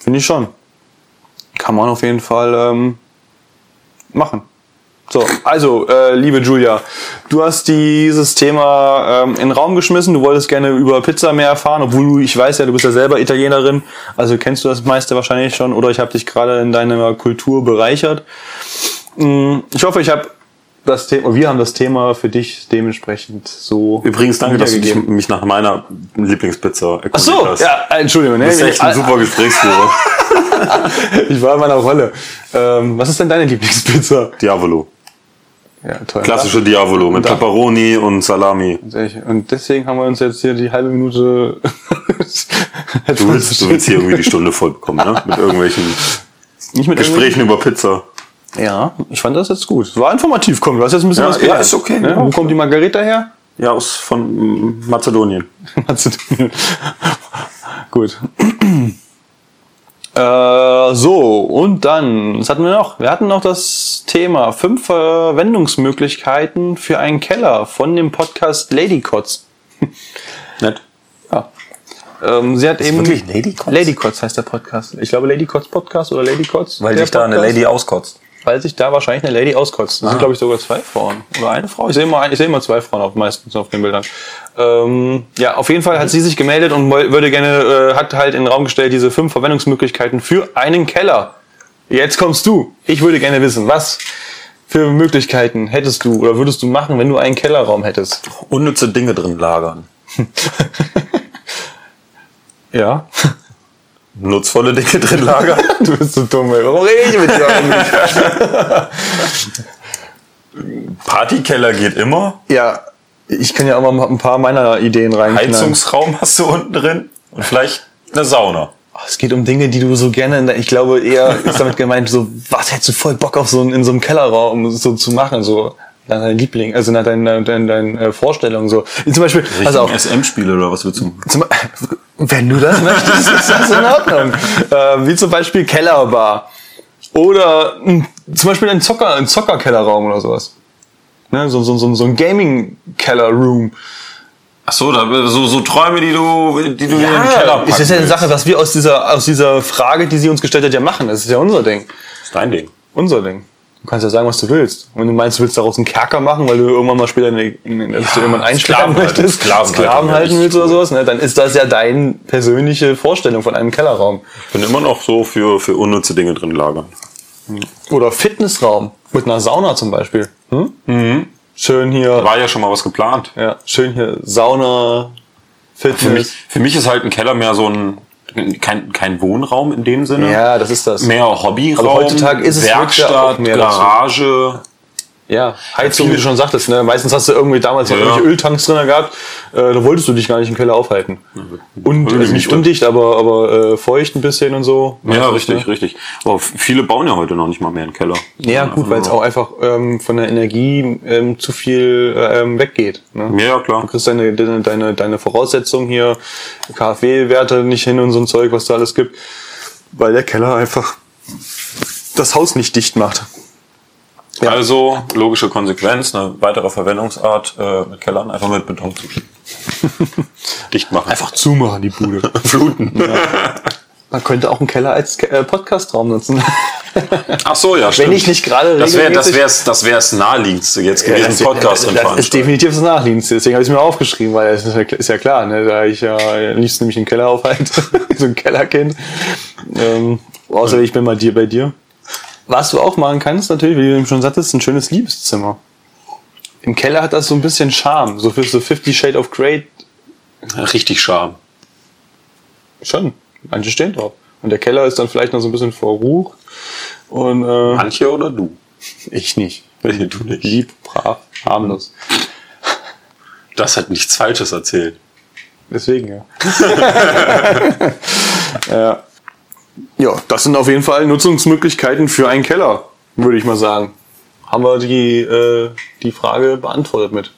[SPEAKER 1] Finde ich schon. Kann man auf jeden Fall ähm, machen. So, also, äh, liebe Julia, du hast dieses Thema ähm, in den Raum geschmissen. Du wolltest gerne über Pizza mehr erfahren, obwohl du, ich weiß ja, du bist ja selber Italienerin, also kennst du das meiste wahrscheinlich schon oder ich habe dich gerade in deiner Kultur bereichert. Mm, Ich hoffe, ich habe das Thema, wir haben das Thema für dich dementsprechend so.
[SPEAKER 2] Übrigens, danke, dass du dich,
[SPEAKER 1] wiedergegeben.
[SPEAKER 2] mich nach meiner Lieblingspizza erkundigt
[SPEAKER 1] Ach so,
[SPEAKER 2] hast.
[SPEAKER 1] ja, Entschuldigung. Ne?
[SPEAKER 2] Das ist echt ein super Gesprächsführer.
[SPEAKER 1] Ich war in meiner Rolle. Ähm, was ist denn deine Lieblingspizza?
[SPEAKER 2] Diavolo.
[SPEAKER 1] Ja, toll.
[SPEAKER 2] Klassische Diavolo mit
[SPEAKER 1] Da-
[SPEAKER 2] Pepperoni und Salami.
[SPEAKER 1] Und deswegen haben wir uns jetzt hier die
[SPEAKER 2] [LAUGHS]
[SPEAKER 1] halbe Minute.
[SPEAKER 2] Du willst, du willst hier irgendwie die Stunde voll bekommen, ne? Mit irgendwelchen
[SPEAKER 1] nicht mit
[SPEAKER 2] Gesprächen über Pizza.
[SPEAKER 1] irgendwie- Ja, ich fand das jetzt gut. War informativ, komm, du hast jetzt ein bisschen
[SPEAKER 2] Ja,
[SPEAKER 1] was
[SPEAKER 2] ja,
[SPEAKER 1] gelernt.
[SPEAKER 2] ist okay. genau.
[SPEAKER 1] Ne? Wo kommt die Margarita her? [LAUGHS]
[SPEAKER 2] Ja, aus von mm, Mazedonien.
[SPEAKER 1] Mazedonien. [LAUGHS] gut. Äh, so, und dann, was hatten wir noch? Wir hatten noch das Thema fünf Verwendungsmöglichkeiten für einen Keller von dem Podcast Ladycots.
[SPEAKER 2] Nett.
[SPEAKER 1] Ja. Ähm, sie hat eben.
[SPEAKER 2] wirklich Lady Kotz?
[SPEAKER 1] Lady Kotz heißt der Podcast. Ich glaube Lady Kotz Podcast oder Lady Kotz.
[SPEAKER 2] Weil
[SPEAKER 1] der
[SPEAKER 2] sich da eine
[SPEAKER 1] Podcast.
[SPEAKER 2] Lady Ah. auskotzt.
[SPEAKER 1] Weil sich da wahrscheinlich eine Lady auskotzt. Das sind, glaube ich, sogar zwei Frauen. Oder eine Frau. Ich sehe immer, ein- ich sehe immer zwei Frauen auf, meistens auf den Bildern. Ähm, ja, auf jeden Fall hat sie sich gemeldet und woll- würde gerne, äh, hat halt in den Raum gestellt, diese fünf Verwendungsmöglichkeiten für einen Keller. Jetzt kommst du. Ich würde gerne wissen, was für Möglichkeiten hättest du oder würdest du machen, wenn du einen Kellerraum hättest? [LAUGHS]
[SPEAKER 2] Unnütze Dinge drin lagern.
[SPEAKER 1] Ja.
[SPEAKER 3] nutzvolle Dinge drin lagern.
[SPEAKER 1] [LAUGHS] Du bist so dumm, ey. Warum rede ich mit dir eigentlich?
[SPEAKER 3] Partykeller geht immer.
[SPEAKER 1] [LAUGHS] ja, ich kann ja auch mal ein paar meiner Ideen reinknallen.
[SPEAKER 3] Heizungsraum hast du unten drin. Und vielleicht eine Sauna.
[SPEAKER 1] Oh, Es geht um Dinge, die du so gerne, in der, ich glaube eher [LAUGHS] ist damit gemeint, so, was hättest du voll Bock auf so einen, in so einem Kellerraum so zu machen, so nach deinen Liebling, also nach deinen, deinen, deinen, deinen äh, Vorstellungen, so. Wie Zum Beispiel, pass auf,
[SPEAKER 3] SM-Spiele oder was willst du?
[SPEAKER 1] zum, wenn du das möchtest, ist das in [LAUGHS] Ordnung. Äh, wie zum Beispiel Kellerbar. Oder mh, zum Beispiel ein Zocker, ein Zockerkellerraum oder sowas. Ne, so, so, so, so ein Gaming-Keller-Room.
[SPEAKER 3] Ach so, da, so, so Träume, die du, die du in den Keller
[SPEAKER 1] Ja,
[SPEAKER 3] packen
[SPEAKER 1] es ist ja eine
[SPEAKER 3] willst.
[SPEAKER 1] Sache, was wir aus dieser, aus dieser Frage, die sie uns gestellt hat, ja machen. Das ist ja unser Ding.
[SPEAKER 3] Das ist dein Ding.
[SPEAKER 1] unser Ding. Du kannst ja sagen, was du willst. Und wenn du meinst, du willst daraus einen Kerker machen, weil du irgendwann mal später eine, eine, dass du irgendwann einsperren
[SPEAKER 3] Sklaven halten,
[SPEAKER 1] möchtest,
[SPEAKER 3] Sklaven
[SPEAKER 1] Sklaven,
[SPEAKER 3] halten, ja,
[SPEAKER 1] halten
[SPEAKER 3] nicht
[SPEAKER 1] willst oder sowas, ne, dann ist das ja deine persönliche Vorstellung von einem Kellerraum.
[SPEAKER 3] Ich bin immer noch so für, für unnütze Dinge drin lagern.
[SPEAKER 1] Oder Fitnessraum mit einer Sauna zum Beispiel. Hm?
[SPEAKER 3] Mhm.
[SPEAKER 1] Schön hier,
[SPEAKER 2] War ja schon mal was geplant.
[SPEAKER 1] ja, schön hier Sauna,
[SPEAKER 2] Für mich,
[SPEAKER 1] Fitness.
[SPEAKER 2] für mich ist halt ein Keller mehr so ein kein, kein Wohnraum in dem Sinne.
[SPEAKER 1] Ja, das ist das.
[SPEAKER 2] Mehr Hobbyraum.
[SPEAKER 1] Aber heutzutage ist es wirklich ja
[SPEAKER 2] Werkstatt,
[SPEAKER 1] auch mehr dazu.
[SPEAKER 2] Garage.
[SPEAKER 1] Ja, Heizung, wie du schon sagtest, ne? meistens hast du irgendwie damals noch
[SPEAKER 2] Ja.
[SPEAKER 1] irgendwelche Öltanks drin gehabt, äh, da wolltest du dich gar nicht im Keller aufhalten. Und, also nicht
[SPEAKER 2] Ölmiete.
[SPEAKER 1] undicht, aber, aber äh, feucht ein bisschen und so.
[SPEAKER 2] Ja,
[SPEAKER 1] Meistens,
[SPEAKER 2] richtig,
[SPEAKER 1] ne?
[SPEAKER 2] richtig. Aber viele bauen ja heute noch nicht mal mehr einen Keller.
[SPEAKER 1] Ja, gut, weil es auch einfach ähm, von der Energie ähm, zu viel äh, ähm, weggeht. Ne?
[SPEAKER 2] Ja, klar.
[SPEAKER 1] Du kriegst deine, deine, deine, deine Voraussetzungen hier, KfW-Werte nicht hin und so ein Zeug, was da alles gibt, weil der Keller einfach das Haus nicht dicht macht. Ja.
[SPEAKER 3] Also, logische Konsequenz, eine weitere Verwendungsart äh, mit Kellern, einfach mit Beton zu
[SPEAKER 1] [LAUGHS]
[SPEAKER 3] Dicht machen.
[SPEAKER 1] Einfach zumachen,
[SPEAKER 2] [LAUGHS]
[SPEAKER 1] die Bude.
[SPEAKER 3] fluten.
[SPEAKER 1] Man könnte auch einen Keller als Ke- äh, Podcastraum nutzen. [LAUGHS]
[SPEAKER 3] Ach so, ja, stimmt.
[SPEAKER 1] ich nicht gerade
[SPEAKER 3] Das wäre das
[SPEAKER 1] regelmäßig-
[SPEAKER 3] wär's, das wär's naheliegendste jetzt gewesen, Podcast
[SPEAKER 1] das,
[SPEAKER 3] und
[SPEAKER 1] das ist definitiv das Nachliegend. Deswegen habe ich es mir aufgeschrieben, weil das ist ja, ist ja klar, ne? da ich ja am liebsten nämlich den Keller aufhalte, [LAUGHS] so ein Kellerkind. Ähm, außer ich bin mal dir bei dir. Was du auch machen kannst, natürlich, wie du eben schon sagtest, ein schönes Liebeszimmer. Im Keller hat das so ein bisschen Charme. So für so 50 Shade of Grey
[SPEAKER 2] Richtig Charme.
[SPEAKER 1] schon. Manche stehen drauf. Und der Keller ist dann vielleicht noch so ein bisschen verrucht. Und äh,
[SPEAKER 2] Manche oder du?
[SPEAKER 3] [LAUGHS]
[SPEAKER 1] ich nicht.
[SPEAKER 2] Nee, du nicht.
[SPEAKER 1] Lieb, brav, harmlos.
[SPEAKER 2] Das hat nichts Falsches erzählt.
[SPEAKER 1] Deswegen, ja. [LAUGHS] ja. Ja, das sind auf jeden Fall Nutzungsmöglichkeiten für einen Keller, würde ich mal sagen. Haben wir die, äh, die Frage beantwortet mit.
[SPEAKER 2] Du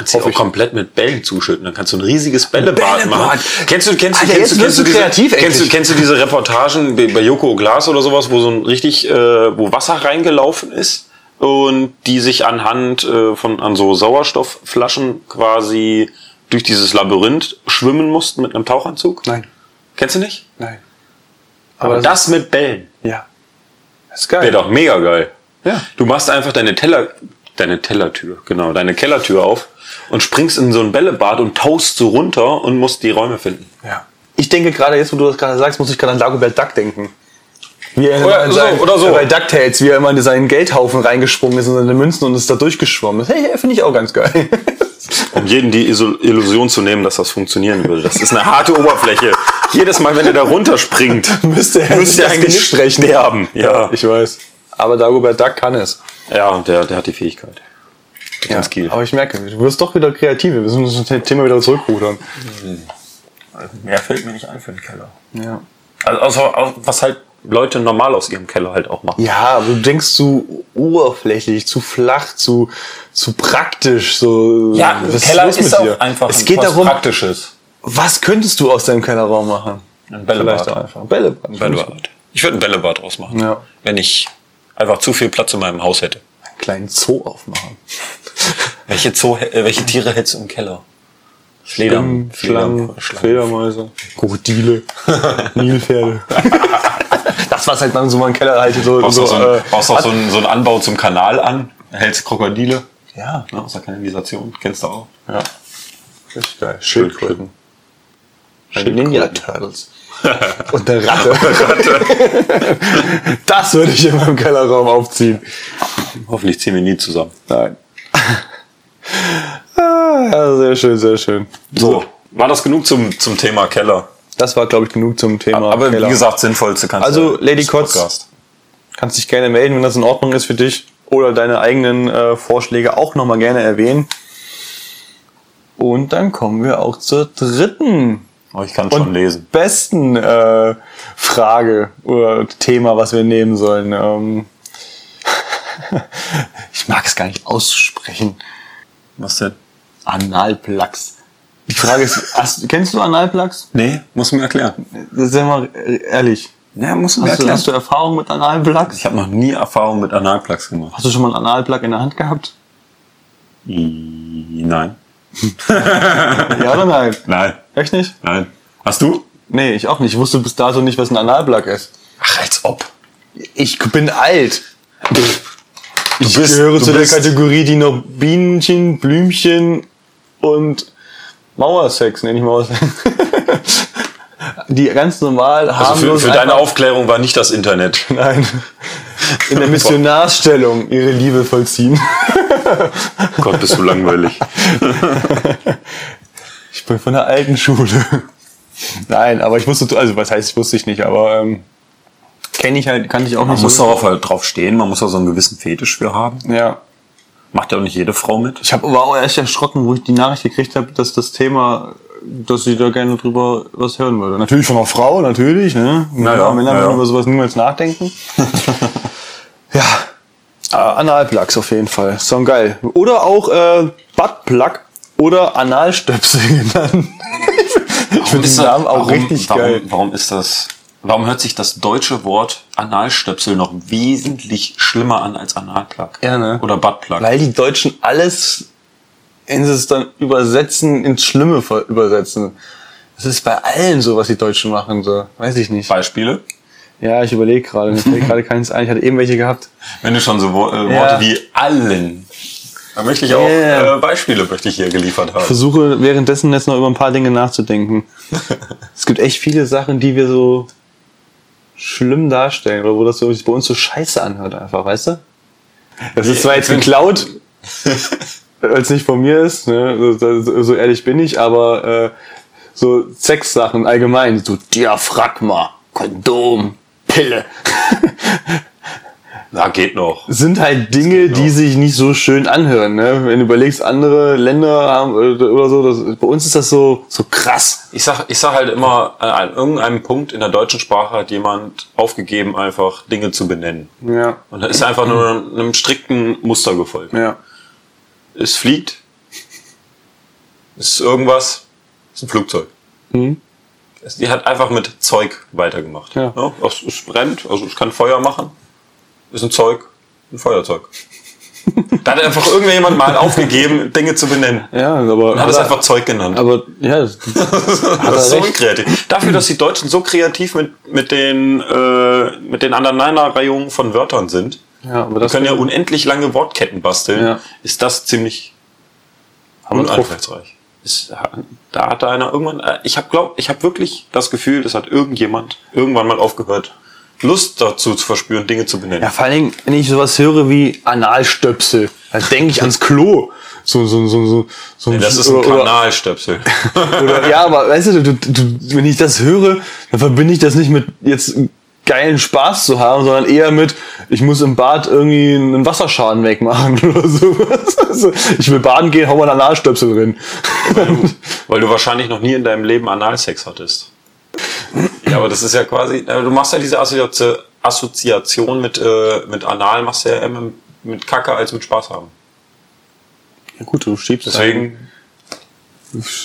[SPEAKER 2] kannst dich auch komplett mit Bällen zuschütten. Dann kannst du ein riesiges Bällebad
[SPEAKER 1] Bällebad.
[SPEAKER 2] machen. Kennst du, kennst du,
[SPEAKER 1] Alter,
[SPEAKER 2] kennst
[SPEAKER 1] jetzt
[SPEAKER 2] du, kennst
[SPEAKER 1] wirst
[SPEAKER 2] du,
[SPEAKER 1] du
[SPEAKER 2] diese,
[SPEAKER 1] kreativ
[SPEAKER 2] kennst du,
[SPEAKER 1] endlich.
[SPEAKER 2] kennst du diese Reportagen bei bei Joko Glas oder sowas, wo so ein richtig, äh, wo Wasser reingelaufen ist und die sich anhand äh, von, an so Sauerstoffflaschen quasi durch dieses Labyrinth schwimmen mussten mit einem Tauchanzug?
[SPEAKER 1] Nein,
[SPEAKER 2] Kennst du nicht?
[SPEAKER 1] nein.
[SPEAKER 2] Aber das mit Bällen.
[SPEAKER 1] ja. Das ist geil.
[SPEAKER 2] Wäre doch mega geil.
[SPEAKER 1] Ja.
[SPEAKER 2] Du machst einfach deine Teller, deine Tellertür, genau, deine Kellertür auf und springst in so ein Bällebad und tauchst so runter und musst die Räume finden.
[SPEAKER 1] Ja. Ich denke gerade jetzt, wo du das gerade sagst, muss ich gerade an Dagobert Duck denken. Wie er
[SPEAKER 2] Oder
[SPEAKER 1] in
[SPEAKER 2] so,
[SPEAKER 1] seinen,
[SPEAKER 2] oder so.
[SPEAKER 1] Bei DuckTales, wie er immer in seinen Geldhaufen reingesprungen ist und seine Münzen und ist da durchgeschwommen. ist. Hey, finde ich auch ganz geil. [LAUGHS]
[SPEAKER 3] Um jeden die Iso- Illusion zu nehmen, dass das funktionieren würde. Das ist eine harte Oberfläche. Jedes Mal, wenn er da runterspringt,
[SPEAKER 1] Müsste er sich das Genick brechen.
[SPEAKER 3] sterben. Ja,
[SPEAKER 1] Ich weiß. Aber Dagobert Duck kann es.
[SPEAKER 3] ja der, der hat die Fähigkeit.
[SPEAKER 1] Ja,
[SPEAKER 3] Ganz Kiel.
[SPEAKER 1] aber ich merke, du wirst doch wieder kreativ. Wir müssen uns das Thema wieder zurückrudern.
[SPEAKER 3] Mehr fällt mir nicht ein für den Keller.
[SPEAKER 1] Ja.
[SPEAKER 3] Also, was halt Leute normal aus ihrem Keller halt auch machen.
[SPEAKER 1] Ja, aber du denkst zu oberflächlich, zu flach, zu, zu praktisch. So, was los mit dir? Es geht darum,
[SPEAKER 3] Praktisches.
[SPEAKER 1] was könntest du aus deinem Kellerraum machen?
[SPEAKER 3] Ein Bällebad.
[SPEAKER 1] Vielleicht auch einfach. Bällebad.
[SPEAKER 3] Bällebad. Ich würde ein Bällebad draus machen.
[SPEAKER 1] Ja.
[SPEAKER 3] Wenn ich einfach zu viel Platz in meinem Haus hätte.
[SPEAKER 1] Einen kleinen Zoo [LAUGHS] aufmachen.
[SPEAKER 3] Welche, Zoo, äh, welche Tiere hättest du im Keller?
[SPEAKER 1] Schlangen, Schlangen, Fledermäuse, [LAUGHS] Krokodile, Nilpferde. das, was halt dann so mal im Keller halt so...
[SPEAKER 2] Baust
[SPEAKER 1] so,
[SPEAKER 2] auch so, einen,
[SPEAKER 1] äh,
[SPEAKER 2] baust auch so, einen, so einen Anbau zum Kanal an, hältst Krokodile
[SPEAKER 1] ja,
[SPEAKER 2] ne, aus der Kanalisation, kennst du auch.
[SPEAKER 1] Ja. Richtig geil. Schildkröten. Ninja [LAUGHS] Turtles. Und eine Ratte. [LAUGHS] das würde ich in meinem Kellerraum aufziehen.
[SPEAKER 2] Hoffentlich ziehen wir nie zusammen.
[SPEAKER 1] Nein. Ah, ja, sehr schön, sehr schön.
[SPEAKER 3] So, war das genug zum, zum Thema Keller?
[SPEAKER 1] Das war, glaube ich, genug zum Thema.
[SPEAKER 2] Aber
[SPEAKER 1] Keller.
[SPEAKER 2] wie gesagt, sinnvollste kannst
[SPEAKER 1] Also,
[SPEAKER 2] du-
[SPEAKER 1] Lady
[SPEAKER 2] des
[SPEAKER 1] Kotz.
[SPEAKER 2] Podcasts.
[SPEAKER 1] kannst dich gerne melden, wenn das in Ordnung ist für dich. Oder deine eigenen äh, Vorschläge auch nochmal gerne erwähnen. Und dann kommen wir auch zur dritten
[SPEAKER 2] Oh, ich kann
[SPEAKER 1] und
[SPEAKER 2] schon lesen.
[SPEAKER 1] besten äh, Frage oder Thema, was wir nehmen sollen. Ähm, [LAUGHS] ich mag es gar nicht aussprechen.
[SPEAKER 2] Was denn?
[SPEAKER 1] Analplax. Die Frage ist, hast, kennst du Analplax?
[SPEAKER 2] Nee, musst du mir erklären.
[SPEAKER 1] Sind wir ehrlich.
[SPEAKER 2] Ja, musst du mir
[SPEAKER 1] Hast du,
[SPEAKER 2] erklären.
[SPEAKER 1] hast du Erfahrung mit Analplax?
[SPEAKER 2] ich habe noch nie Erfahrung mit Analplugs gemacht.
[SPEAKER 1] Hast du schon mal einen Analplug in der Hand gehabt?
[SPEAKER 2] I- Nein.
[SPEAKER 1] Ja oder nein?
[SPEAKER 2] Nein.
[SPEAKER 1] Echt nicht?
[SPEAKER 2] Nein. Hast du?
[SPEAKER 1] Nee, ich auch nicht. Ich wusste bis dato nicht, was ein Analplug ist.
[SPEAKER 2] Ach, als ob.
[SPEAKER 1] Ich bin alt. Ich
[SPEAKER 2] bist- du
[SPEAKER 1] gehöre zu der
[SPEAKER 2] bist-
[SPEAKER 1] Kategorie, die noch Bienchen, Blümchen und Mauersex, nenne ich Mauersex. [LAUGHS] die ganz normal
[SPEAKER 2] Also für,
[SPEAKER 1] harmlos
[SPEAKER 2] für deine
[SPEAKER 1] einfach-
[SPEAKER 2] Aufklärung war nicht das [LAUGHS] Internet.
[SPEAKER 1] [LAUGHS] Nein.
[SPEAKER 2] [LAUGHS]
[SPEAKER 1] In der Missionarstellung ihre Liebe vollziehen.
[SPEAKER 2] Gott, bist du langweilig.
[SPEAKER 1] Ich bin von der alten Schule. Nein, aber ich wusste, also was heißt, ich wusste ich nicht, aber ähm, kenne ich halt, kannte ich auch nicht
[SPEAKER 2] Man muss
[SPEAKER 1] so.
[SPEAKER 2] darauf halt drauf stehen, man muss auch so einen gewissen Fetisch für haben.
[SPEAKER 1] Ja,
[SPEAKER 2] Macht ja auch nicht jede Frau mit.
[SPEAKER 1] Ich habe aber auch erst erschrocken, wo ich die Nachricht gekriegt habe, dass das Thema, dass sie da gerne drüber was hören würde. Natürlich von einer Frau, natürlich, ne?
[SPEAKER 2] Naja,
[SPEAKER 1] Männer
[SPEAKER 2] naja.
[SPEAKER 1] würden über sowas
[SPEAKER 2] [LAUGHS]
[SPEAKER 1] niemals nachdenken. ja. Äh, Analplugs auf jeden Fall. Ist schon geil. Oder auch äh, Buttplug oder Analstöpsel [LAUGHS] genannt. ich finde den Namen auch richtig
[SPEAKER 2] warum,
[SPEAKER 1] geil.
[SPEAKER 2] Warum ist das? Warum hört sich das deutsche Wort Analstöpsel noch wesentlich schlimmer an als Analplug?
[SPEAKER 1] Ja, ne?
[SPEAKER 2] Oder Buttplug?
[SPEAKER 1] Weil die Deutschen alles, wenn sie es dann übersetzen, ins Schlimme ver- übersetzen. Das ist bei allen so, was die Deutschen machen, so. Weiß ich nicht.
[SPEAKER 2] Beispiele?
[SPEAKER 1] Ja, ich überlege gerade. Mir fällt gerade keins ein. Ich hatte eben welche gehabt.
[SPEAKER 2] Wenn du schon so Wo äh, Worte
[SPEAKER 1] Ja.
[SPEAKER 2] wie allen, da möchte ich auch
[SPEAKER 1] Yeah.
[SPEAKER 2] äh, Beispiele möchte ich hier geliefert [LAUGHS] haben.
[SPEAKER 1] Versuche währenddessen jetzt noch über ein paar Dinge [LAUGHS] nachzudenken. es gibt echt viele Sachen, die wir so schlimm darstellen oder wo das so sich bei uns so scheiße anhört einfach, weißt du? Das ist zwar jetzt geklaut, weil es nicht von mir ist, ne? so, so- so ehrlich bin ich, aber äh, so Sexsachen allgemein, so Diaphragma, Kondom, Pille, [LAUGHS]
[SPEAKER 2] Na, geht noch.
[SPEAKER 1] sind halt Dinge, die sich nicht so schön anhören. Ne? Wenn du überlegst, andere Länder haben äh, oder so, das, bei uns ist das so, so krass.
[SPEAKER 2] Ich sag, ich sag halt immer, an, an irgendeinem Punkt in der deutschen Sprache hat jemand aufgegeben, einfach Dinge zu benennen.
[SPEAKER 1] Ja,
[SPEAKER 2] Und da ist einfach nur einem strikten Muster gefolgt.
[SPEAKER 1] ja.
[SPEAKER 2] Es fliegt. Es ist irgendwas. Es ist ein Flugzeug.
[SPEAKER 1] Mhm.
[SPEAKER 2] Es- Die hat einfach mit Zeug weitergemacht.
[SPEAKER 1] Ja.
[SPEAKER 2] Es, es brennt, also es kann Feuer machen. Ist ein Zeug, ein
[SPEAKER 1] [LAUGHS]
[SPEAKER 2] Feuerzeug. da hat einfach irgendjemand mal aufgegeben, Dinge zu benennen.
[SPEAKER 1] Ja, aber.
[SPEAKER 2] Hat es einfach Zeug genannt.
[SPEAKER 1] aber ja, das-
[SPEAKER 2] Das ist so
[SPEAKER 1] recht.
[SPEAKER 2] kreativ. Dafür, dass die Deutschen so kreativ mit, mit den, äh, mit den Aneinanderreihungen von Wörtern sind,
[SPEAKER 1] ja, aber
[SPEAKER 2] wir
[SPEAKER 1] das
[SPEAKER 2] können ja unendlich lange Wortketten basteln,
[SPEAKER 1] Ja.
[SPEAKER 2] ist das ziemlich
[SPEAKER 1] wir drauf.
[SPEAKER 2] uneinflussreich. Ist, da hat da einer irgendwann, äh, ich habe glaub, ich habe wirklich das Gefühl, das hat irgendjemand irgendwann mal aufgehört, Lust dazu zu verspüren, Dinge zu benennen.
[SPEAKER 1] Ja, vor allen Dingen, wenn ich sowas höre wie Analstöpsel, dann denke ich ans Klo. So, so, so, so, so
[SPEAKER 2] Das ist ein
[SPEAKER 1] oder- oder- [LAUGHS]
[SPEAKER 2] Kanalstöpsel.
[SPEAKER 1] Oder, ja, aber weißt du, du, du, wenn ich das höre, dann verbinde ich das nicht mit jetzt geilen Spaß zu haben, sondern eher mit, ich muss im Bad irgendwie einen Wasserschaden wegmachen [LAUGHS] oder sowas. Also, ich will baden gehen, hau mal einen Analstöpsel drin.
[SPEAKER 2] Weil du wahrscheinlich noch nie in deinem Leben Analsex hattest. Ja, aber das ist ja quasi, äh, du machst ja diese Assozi- Assoziation mit, äh, mit Anal, machst du ja eher mit, mit Kacke als mit Spaß haben.
[SPEAKER 1] [LAUGHS] Ja gut, du schiebst
[SPEAKER 2] Deswegen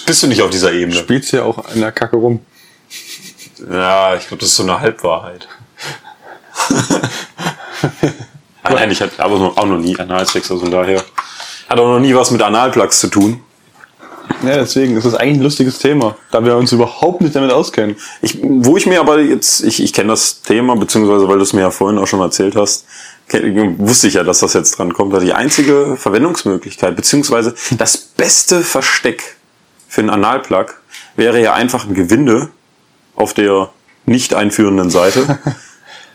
[SPEAKER 2] bist du nicht auf dieser Ebene.
[SPEAKER 1] spielst ja auch in der Kacke rum.
[SPEAKER 2] Ja, ich glaube, das ist so eine [LAUGHS] Halbwahrheit.
[SPEAKER 3] Ah,
[SPEAKER 2] nein, nein, ich hatte aber so- auch noch nie Analsex, also von daher. Hat auch noch nie was mit Analplugs zu tun.
[SPEAKER 1] Ja, deswegen ist das eigentlich ein lustiges Thema, da wir uns überhaupt nicht damit auskennen.
[SPEAKER 3] Ich, wo ich mir aber jetzt, ich, ich kenne das Thema, beziehungsweise weil du es mir ja vorhin auch schon erzählt hast, ke- wusste ich ja, dass das jetzt dran kommt. Also die einzige Verwendungsmöglichkeit, beziehungsweise das beste Versteck für einen Analplug wäre ja einfach ein Gewinde auf der nicht einführenden Seite.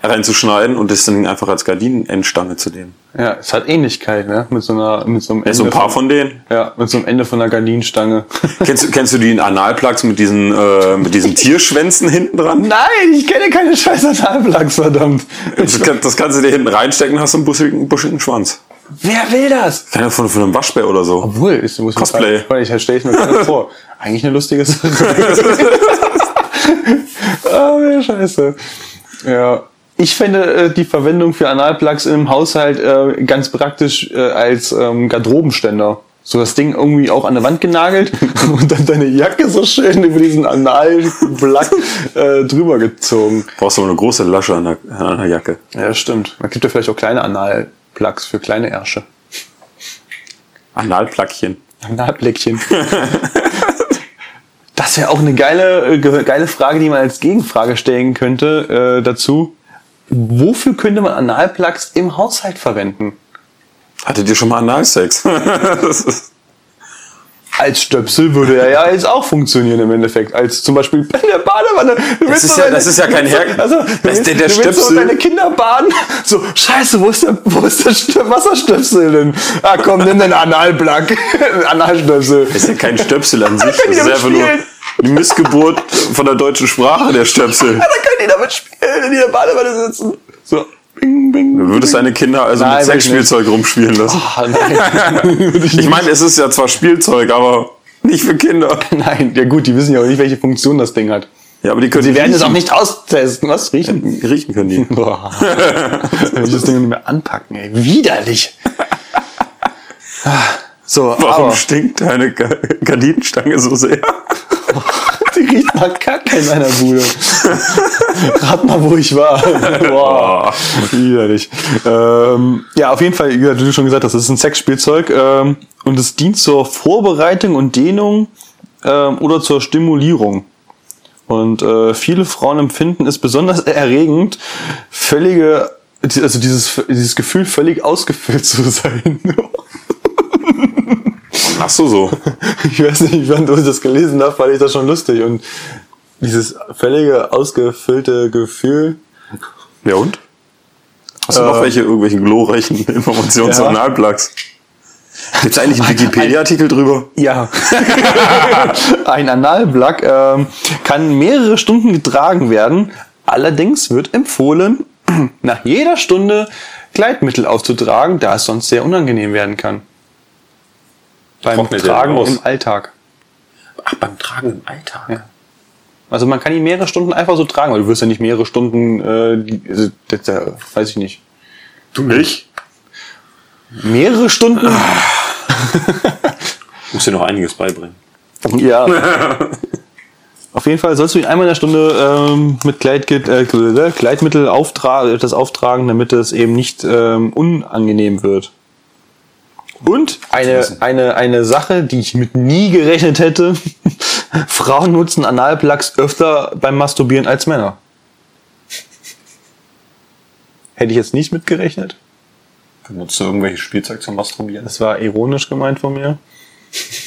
[SPEAKER 3] reinzuschneiden und das Ding einfach als Gardinenendstange zu nehmen.
[SPEAKER 1] Ja, es hat Ähnlichkeit, ne? Mit so einer, mit so einem Ende
[SPEAKER 3] Ja, so ein paar von denen.
[SPEAKER 1] ja, mit so einem Ende von einer Gardinenstange. [LAUGHS]
[SPEAKER 3] Kennst du, kennst du die Analplugs mit diesen, äh, mit diesen Tierschwänzen hinten dran?
[SPEAKER 1] Nein, ich kenne keine scheiß Analplugs, verdammt.
[SPEAKER 3] Das, kann, das kannst du dir hinten reinstecken, hast du einen buschigen, buschigen Schwanz.
[SPEAKER 1] Wer will das?
[SPEAKER 3] Keiner von, von einem Waschbär oder so.
[SPEAKER 1] Obwohl, ich muss
[SPEAKER 3] Cosplay.
[SPEAKER 1] Mal, ich stelle ich mir gerade vor. Eigentlich eine lustige Sache. [LAUGHS] Ah, ja, scheiße. Ja. Ich fände äh, die Verwendung für Analplugs im Haushalt äh, ganz praktisch äh, als ähm, Garderobenständer. So das Ding irgendwie auch an der Wand genagelt [LAUGHS] und dann deine Jacke so schön über diesen Analplug äh, drüber gezogen.
[SPEAKER 3] Brauchst du aber eine große Lasche an der, an der Jacke.
[SPEAKER 1] Ja, stimmt. Man gibt ja vielleicht auch kleine Analplugs für kleine Ärsche.
[SPEAKER 3] Analplugchen.
[SPEAKER 1] Analbläckchen. das wäre auch eine geile, äh, ge- geile Frage, die man als Gegenfrage stellen könnte äh, dazu. Wofür könnte man Analplugs im Haushalt verwenden?
[SPEAKER 3] Hattet ihr schon mal Analsex? [LAUGHS] Das ist-
[SPEAKER 1] Als Stöpsel würde er ja jetzt auch funktionieren im Endeffekt. Als zum Beispiel [LAUGHS] in der Badewanne. Du willst
[SPEAKER 3] ist
[SPEAKER 1] doch
[SPEAKER 3] ja- das ist ja
[SPEAKER 1] [LAUGHS]
[SPEAKER 3] kein Her-
[SPEAKER 1] Also,
[SPEAKER 3] Das-
[SPEAKER 1] du willst,
[SPEAKER 3] der-
[SPEAKER 1] der,
[SPEAKER 3] der
[SPEAKER 1] du willst doch
[SPEAKER 3] Stöpsel-
[SPEAKER 1] deine Kinder baden. So, scheiße, wo ist der, wo ist der Stö- Wasserstöpsel denn? Ah komm, nimm den Analplug. [LAUGHS] Analstöpsel.
[SPEAKER 3] das ist ja kein Stöpsel an
[SPEAKER 1] [LAUGHS]
[SPEAKER 3] sich.
[SPEAKER 1] Ich
[SPEAKER 3] Das
[SPEAKER 1] will
[SPEAKER 3] ist
[SPEAKER 1] damit
[SPEAKER 3] einfach nur
[SPEAKER 1] spielen.
[SPEAKER 3] die Missgeburt von der deutschen Sprache, der Stöpsel.
[SPEAKER 1] Ja, dann können die damit spielen, wenn die in der Badewanne sitzen. So, bing, bing.
[SPEAKER 3] Du würdest deine Kinder also mit
[SPEAKER 1] Nein, will ich Oh,
[SPEAKER 3] Sexspielzeug rumspielen lassen.
[SPEAKER 1] [LAUGHS] Ah, nein.
[SPEAKER 3] Oh, Ich meine, es ist ja zwar Spielzeug, aber nicht für Kinder.
[SPEAKER 1] [LAUGHS] nein, ja gut, die wissen ja auch nicht, welche Funktion das Ding hat.
[SPEAKER 3] Ja, aber die können
[SPEAKER 1] Sie werden es
[SPEAKER 3] riechen.
[SPEAKER 1] auch nicht austesten. Was? Riechen?
[SPEAKER 3] riechen können
[SPEAKER 2] [LAUGHS]
[SPEAKER 3] die.
[SPEAKER 1] [LAUGHS] Boah. Wenn ich das Ding nicht mehr anpacken, ey. Widerlich. Ah, So,
[SPEAKER 3] Warum
[SPEAKER 1] aber
[SPEAKER 3] stinkt deine Ga- Gardinenstange so sehr?
[SPEAKER 1] [LAUGHS] die riecht nach Kacke in meiner Bude. Rat mal, wo ich war. Boah. Widerlich. Ähm, ja, auf jeden Fall, wie gesagt, wie du schon gesagt hast, das ist ein Sexspielzeug ähm, und es dient zur Vorbereitung und Dehnung ähm, oder zur Stimulierung. Und äh, viele Frauen empfinden es besonders [LAUGHS] erregend, völlige, also dieses, dieses Gefühl, völlig ausgefüllt zu sein.
[SPEAKER 3] Machst du so.
[SPEAKER 1] [LAUGHS] ich weiß nicht, wann ich das gelesen habe, fand ich das schon lustig. Und dieses völlige, ausgefüllte Gefühl.
[SPEAKER 3] Ja und? Äh, Hast du noch welche irgendwelchen glorreichen Informationen zu
[SPEAKER 1] Ja.
[SPEAKER 3] Analplugs? Gibt's eigentlich einen Wikipedia-Artikel drüber?
[SPEAKER 1] Ja. [LAUGHS] Ein Analplug ähm, kann mehrere Stunden getragen werden. Allerdings wird empfohlen, [CLEARS THROAT] nach jeder Stunde Gleitmittel aufzutragen, da es sonst sehr unangenehm werden kann. Beim
[SPEAKER 2] Trocknet der
[SPEAKER 1] Tragen
[SPEAKER 2] denn aus?
[SPEAKER 1] im Alltag.
[SPEAKER 2] Ach, beim Tragen im Alltag.
[SPEAKER 1] Ja. Also man kann ihn mehrere Stunden einfach so tragen, weil du wirst ja nicht mehrere Stunden, äh, die, also, das, äh, weiß ich nicht.
[SPEAKER 2] Du nicht?
[SPEAKER 1] Mehrere [CLEARS THROAT] Stunden?
[SPEAKER 2] Muss dir noch einiges beibringen.
[SPEAKER 1] Ja. [LAUGHS] Auf jeden Fall sollst du ihn einmal in der Stunde ähm, mit Kleidgit, äh, Kleidmittel auftra das auftragen, damit es eben nicht ähm, unangenehm wird. Und eine, eine, eine Sache, die ich mit nie gerechnet hätte. [LAUGHS] Frauen nutzen Analplugs öfter beim Masturbieren als Männer. Hätte ich jetzt nicht mitgerechnet.
[SPEAKER 2] Benutzt du irgendwelches Spielzeug zum Masturbieren?
[SPEAKER 1] Das war ironisch gemeint von mir. [LAUGHS]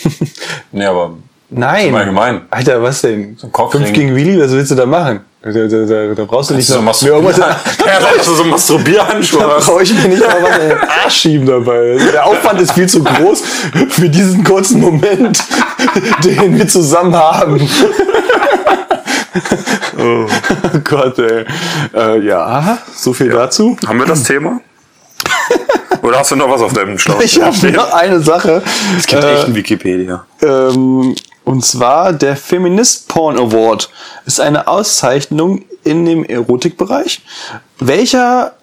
[SPEAKER 2] Nee, aber
[SPEAKER 1] Nein.
[SPEAKER 2] allgemein.
[SPEAKER 1] Alter, was denn?
[SPEAKER 2] Kopfring.
[SPEAKER 1] Fünf gegen Willi, was willst du da machen? Da, da, da, da brauchst du nicht
[SPEAKER 2] du
[SPEAKER 1] noch-
[SPEAKER 2] so
[SPEAKER 1] mir
[SPEAKER 2] [LAUGHS]
[SPEAKER 1] irgendwas-
[SPEAKER 3] Ja, sagst du so Masturbierhandschuhe
[SPEAKER 1] [LAUGHS] Da
[SPEAKER 3] hast.
[SPEAKER 1] brauche ich mir nicht mal was in den Arsch schieben dabei. Der Aufwand ist viel zu groß für diesen kurzen Moment, [LAUGHS] den wir zusammen haben. [LAUGHS] Oh, Gott, ey. Äh, ja, so viel dazu.
[SPEAKER 3] Haben wir das Thema? Oder hast du noch was auf deinem Schlauch?
[SPEAKER 1] Ich habe noch eine Sache. Äh, Es
[SPEAKER 3] gibt echt einen Wikipedia.
[SPEAKER 1] Ähm, und zwar der Feminist Porn Award ist eine Auszeichnung in dem Erotikbereich, welcher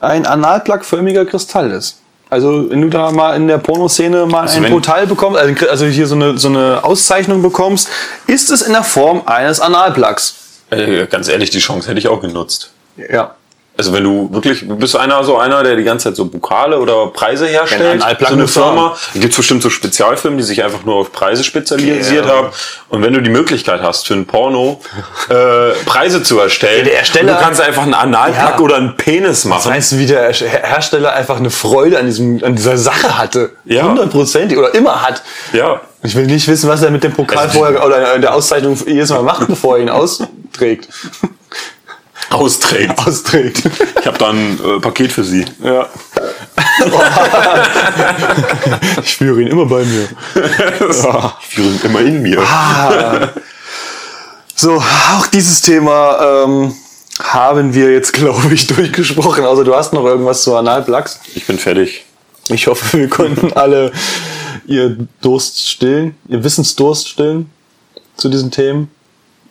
[SPEAKER 1] ein analplugförmiger Kristall ist. Also wenn du da mal in der Pornoszene mal einen
[SPEAKER 2] wenn-
[SPEAKER 1] Portal bekommst, also, also hier so eine, so eine Auszeichnung bekommst, ist es in der Form eines Analplugs.
[SPEAKER 2] Äh, ganz ehrlich, die Chance hätte ich auch genutzt.
[SPEAKER 1] Ja.
[SPEAKER 2] Also wenn du wirklich, bist du einer so einer, der die ganze Zeit so Pokale oder Preise herstellt,
[SPEAKER 1] Wenn Genau, ein
[SPEAKER 2] so eine
[SPEAKER 1] Alplan-
[SPEAKER 2] Firma, gibt es bestimmt so Spezialfirmen, die sich einfach nur auf Preise spezialisiert
[SPEAKER 1] Ja.
[SPEAKER 2] haben. Und wenn du die Möglichkeit hast, für ein Porno äh, Preise zu erstellen,
[SPEAKER 1] der Ersteller-
[SPEAKER 2] und du kannst einfach einen Analplug
[SPEAKER 1] Ja.
[SPEAKER 2] oder einen Penis machen.
[SPEAKER 1] Weißt du, wie der Her- Hersteller einfach eine Freude an, diesem, an dieser Sache hatte?
[SPEAKER 2] Ja.
[SPEAKER 1] Hundertprozentig oder immer hat.
[SPEAKER 2] ja.
[SPEAKER 1] Ich will nicht wissen, was er mit dem Pokal
[SPEAKER 2] Also-
[SPEAKER 1] vorher oder der Auszeichnung jedes Mal macht, bevor er ihn austrägt.
[SPEAKER 2] Austrägt.
[SPEAKER 1] austrägt.
[SPEAKER 2] Ich habe da ein äh, Paket für Sie. [LAUGHS]
[SPEAKER 1] ja. [LAUGHS] ich spüre ihn immer bei mir.
[SPEAKER 2] Ich führe ihn immer in mir.
[SPEAKER 1] Ah. So, auch dieses Thema ähm, haben wir jetzt, glaube ich, durchgesprochen. Also du hast noch irgendwas zu Analplugs.
[SPEAKER 2] Ich bin fertig.
[SPEAKER 1] Ich hoffe, wir konnten alle ihr Durst stillen, ihr Wissensdurst stillen zu diesen Themen.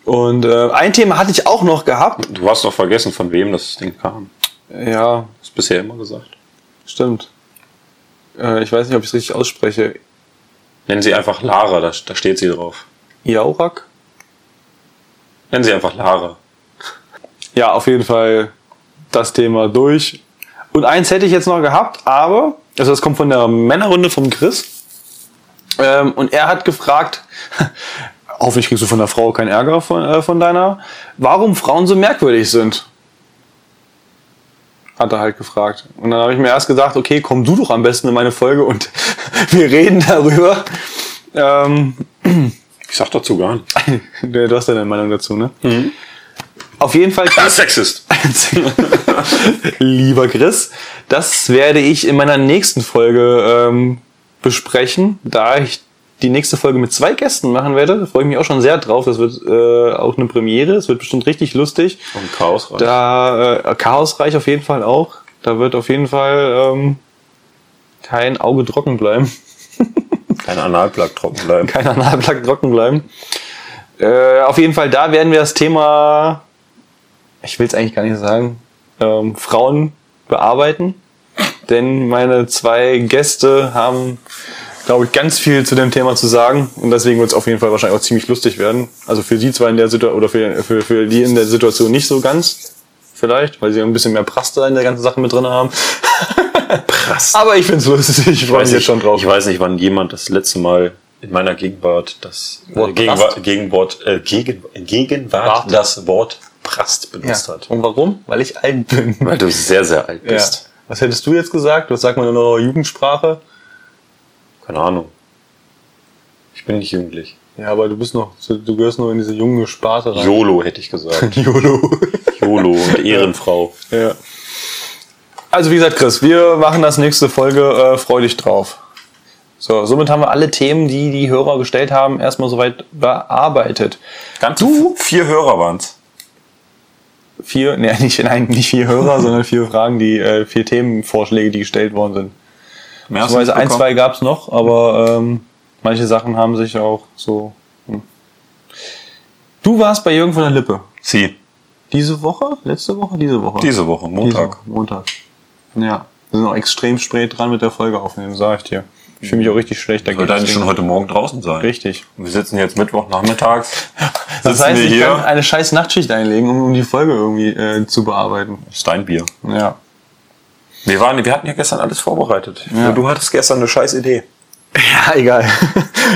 [SPEAKER 1] Und äh, ein Thema hatte ich auch noch gehabt.
[SPEAKER 2] Du hast doch vergessen, von wem das Ding kam.
[SPEAKER 1] Ja,
[SPEAKER 2] Hast bisher immer gesagt.
[SPEAKER 1] stimmt. Äh, ich weiß nicht, ob ich es richtig ausspreche.
[SPEAKER 2] Nennen Sie einfach Lara, da, da steht sie drauf.
[SPEAKER 1] Jaurak?
[SPEAKER 2] Nennen Sie einfach Lara.
[SPEAKER 1] Ja, auf jeden Fall das Thema durch. Und eins hätte ich jetzt noch gehabt, aber, also das kommt von der Männerrunde vom Chris. Ähm, und er hat gefragt, [LAUGHS] hoffentlich kriegst du von der Frau keinen Ärger von, äh, von deiner, warum Frauen so merkwürdig sind. Hat er halt gefragt. Und dann habe ich mir erst gedacht, okay, komm du doch am besten in meine Folge und [LAUGHS] wir reden darüber. Ähm, [LAUGHS]
[SPEAKER 2] Ich sag dazu gar nichts.
[SPEAKER 1] du hast ja deine Meinung dazu, ne? Auf jeden Fall.
[SPEAKER 2] Sexist.
[SPEAKER 1] [LAUGHS] Lieber Chris, das werde ich in meiner nächsten Folge ähm, besprechen, da ich die nächste Folge mit zwei Gästen machen werde. Da freue ich mich auch schon sehr drauf. Das wird äh, auch eine Premiere. Es wird bestimmt richtig lustig.
[SPEAKER 2] Und Chaos rein.
[SPEAKER 1] Da äh, chaosreich auf jeden Fall auch. Da wird auf jeden Fall ähm, kein Auge trocken bleiben,
[SPEAKER 2] Kein Analplug trocken bleiben.
[SPEAKER 1] kein [LAUGHS] Analblack trocken bleiben. Äh, auf jeden Fall, da werden wir das Thema, ich will es eigentlich gar nicht sagen, ähm, Frauen bearbeiten. Denn meine zwei Gäste haben, glaube ich, ganz viel zu dem Thema zu sagen. Und deswegen wird es auf jeden Fall wahrscheinlich auch ziemlich lustig werden. Also für sie zwar in der Situation, oder für, für, für die in der Situation nicht so ganz. Vielleicht, weil sie ein bisschen mehr Praster in der ganzen Sache mit drin haben. [LAUGHS] Praster. Aber ich finde es lustig, ich freue mich jetzt schon drauf.
[SPEAKER 2] Ich weiß nicht, wann jemand das letzte Mal in meiner Gegenwart das äh,
[SPEAKER 1] Wort
[SPEAKER 2] Gegenwart,
[SPEAKER 1] Prast.
[SPEAKER 2] Gegenwart, äh, Gegen, Gegenwart
[SPEAKER 1] Wart.
[SPEAKER 2] das Wort Prast benutzt
[SPEAKER 1] Ja.
[SPEAKER 2] hat.
[SPEAKER 1] Und warum? Weil ich alt bin.
[SPEAKER 2] Weil du sehr, sehr alt
[SPEAKER 1] Ja.
[SPEAKER 2] bist.
[SPEAKER 1] Was hättest du jetzt gesagt? Was sagt man in eurer Jugendsprache?
[SPEAKER 2] Keine Ahnung. Ich bin nicht jugendlich.
[SPEAKER 1] Ja, aber du bist noch, du gehörst noch in diese junge Sparte rein. [LAUGHS]
[SPEAKER 2] YOLO hätte ich gesagt.
[SPEAKER 1] YOLO.
[SPEAKER 2] YOLO und Ehrenfrau.
[SPEAKER 1] ja. Also wie gesagt, Chris, wir machen das nächste Folge, äh, freu dich drauf. So, somit haben wir alle Themen, die die Hörer gestellt haben, erstmal soweit bearbeitet.
[SPEAKER 2] Ganz du? Vier Hörer waren's.
[SPEAKER 1] Vier, nee, [LAUGHS] nicht, nein, nicht vier [LAUGHS] Hörer, sondern vier Fragen, die, äh, vier Themenvorschläge, die gestellt worden sind.
[SPEAKER 2] Mehr hast du
[SPEAKER 1] Also
[SPEAKER 2] nicht
[SPEAKER 1] ein,
[SPEAKER 2] bekommen?
[SPEAKER 1] zwei gab's noch, aber ähm, manche Sachen haben sich auch so. Hm. Du warst bei Jürgen von der Lippe.
[SPEAKER 2] Sie.
[SPEAKER 1] Diese Woche? Letzte Woche? Diese Woche?
[SPEAKER 2] Diese Woche,
[SPEAKER 1] Diese
[SPEAKER 2] Montag.
[SPEAKER 1] Woche, Montag. Ja. Wir sind auch extrem spät dran mit der Folge aufnehmen, sag ich dir. Ich fühle mich auch richtig schlecht
[SPEAKER 2] Wird eigentlich schon
[SPEAKER 1] deswegen-
[SPEAKER 2] heute Morgen draußen sein.
[SPEAKER 1] Richtig.
[SPEAKER 2] Wir sitzen jetzt Mittwochnachmittags.
[SPEAKER 1] Das
[SPEAKER 2] sitzen
[SPEAKER 1] heißt,
[SPEAKER 2] wir
[SPEAKER 1] ich kann
[SPEAKER 2] hier.
[SPEAKER 1] eine scheiß Nachtschicht einlegen, um, um die Folge irgendwie äh, zu bearbeiten.
[SPEAKER 2] Steinbier.
[SPEAKER 1] Ja.
[SPEAKER 2] Wir, waren, wir hatten ja gestern alles vorbereitet.
[SPEAKER 1] Ja.
[SPEAKER 2] Nur Du hattest gestern eine scheiß Idee.
[SPEAKER 1] [LAUGHS] Ja, egal.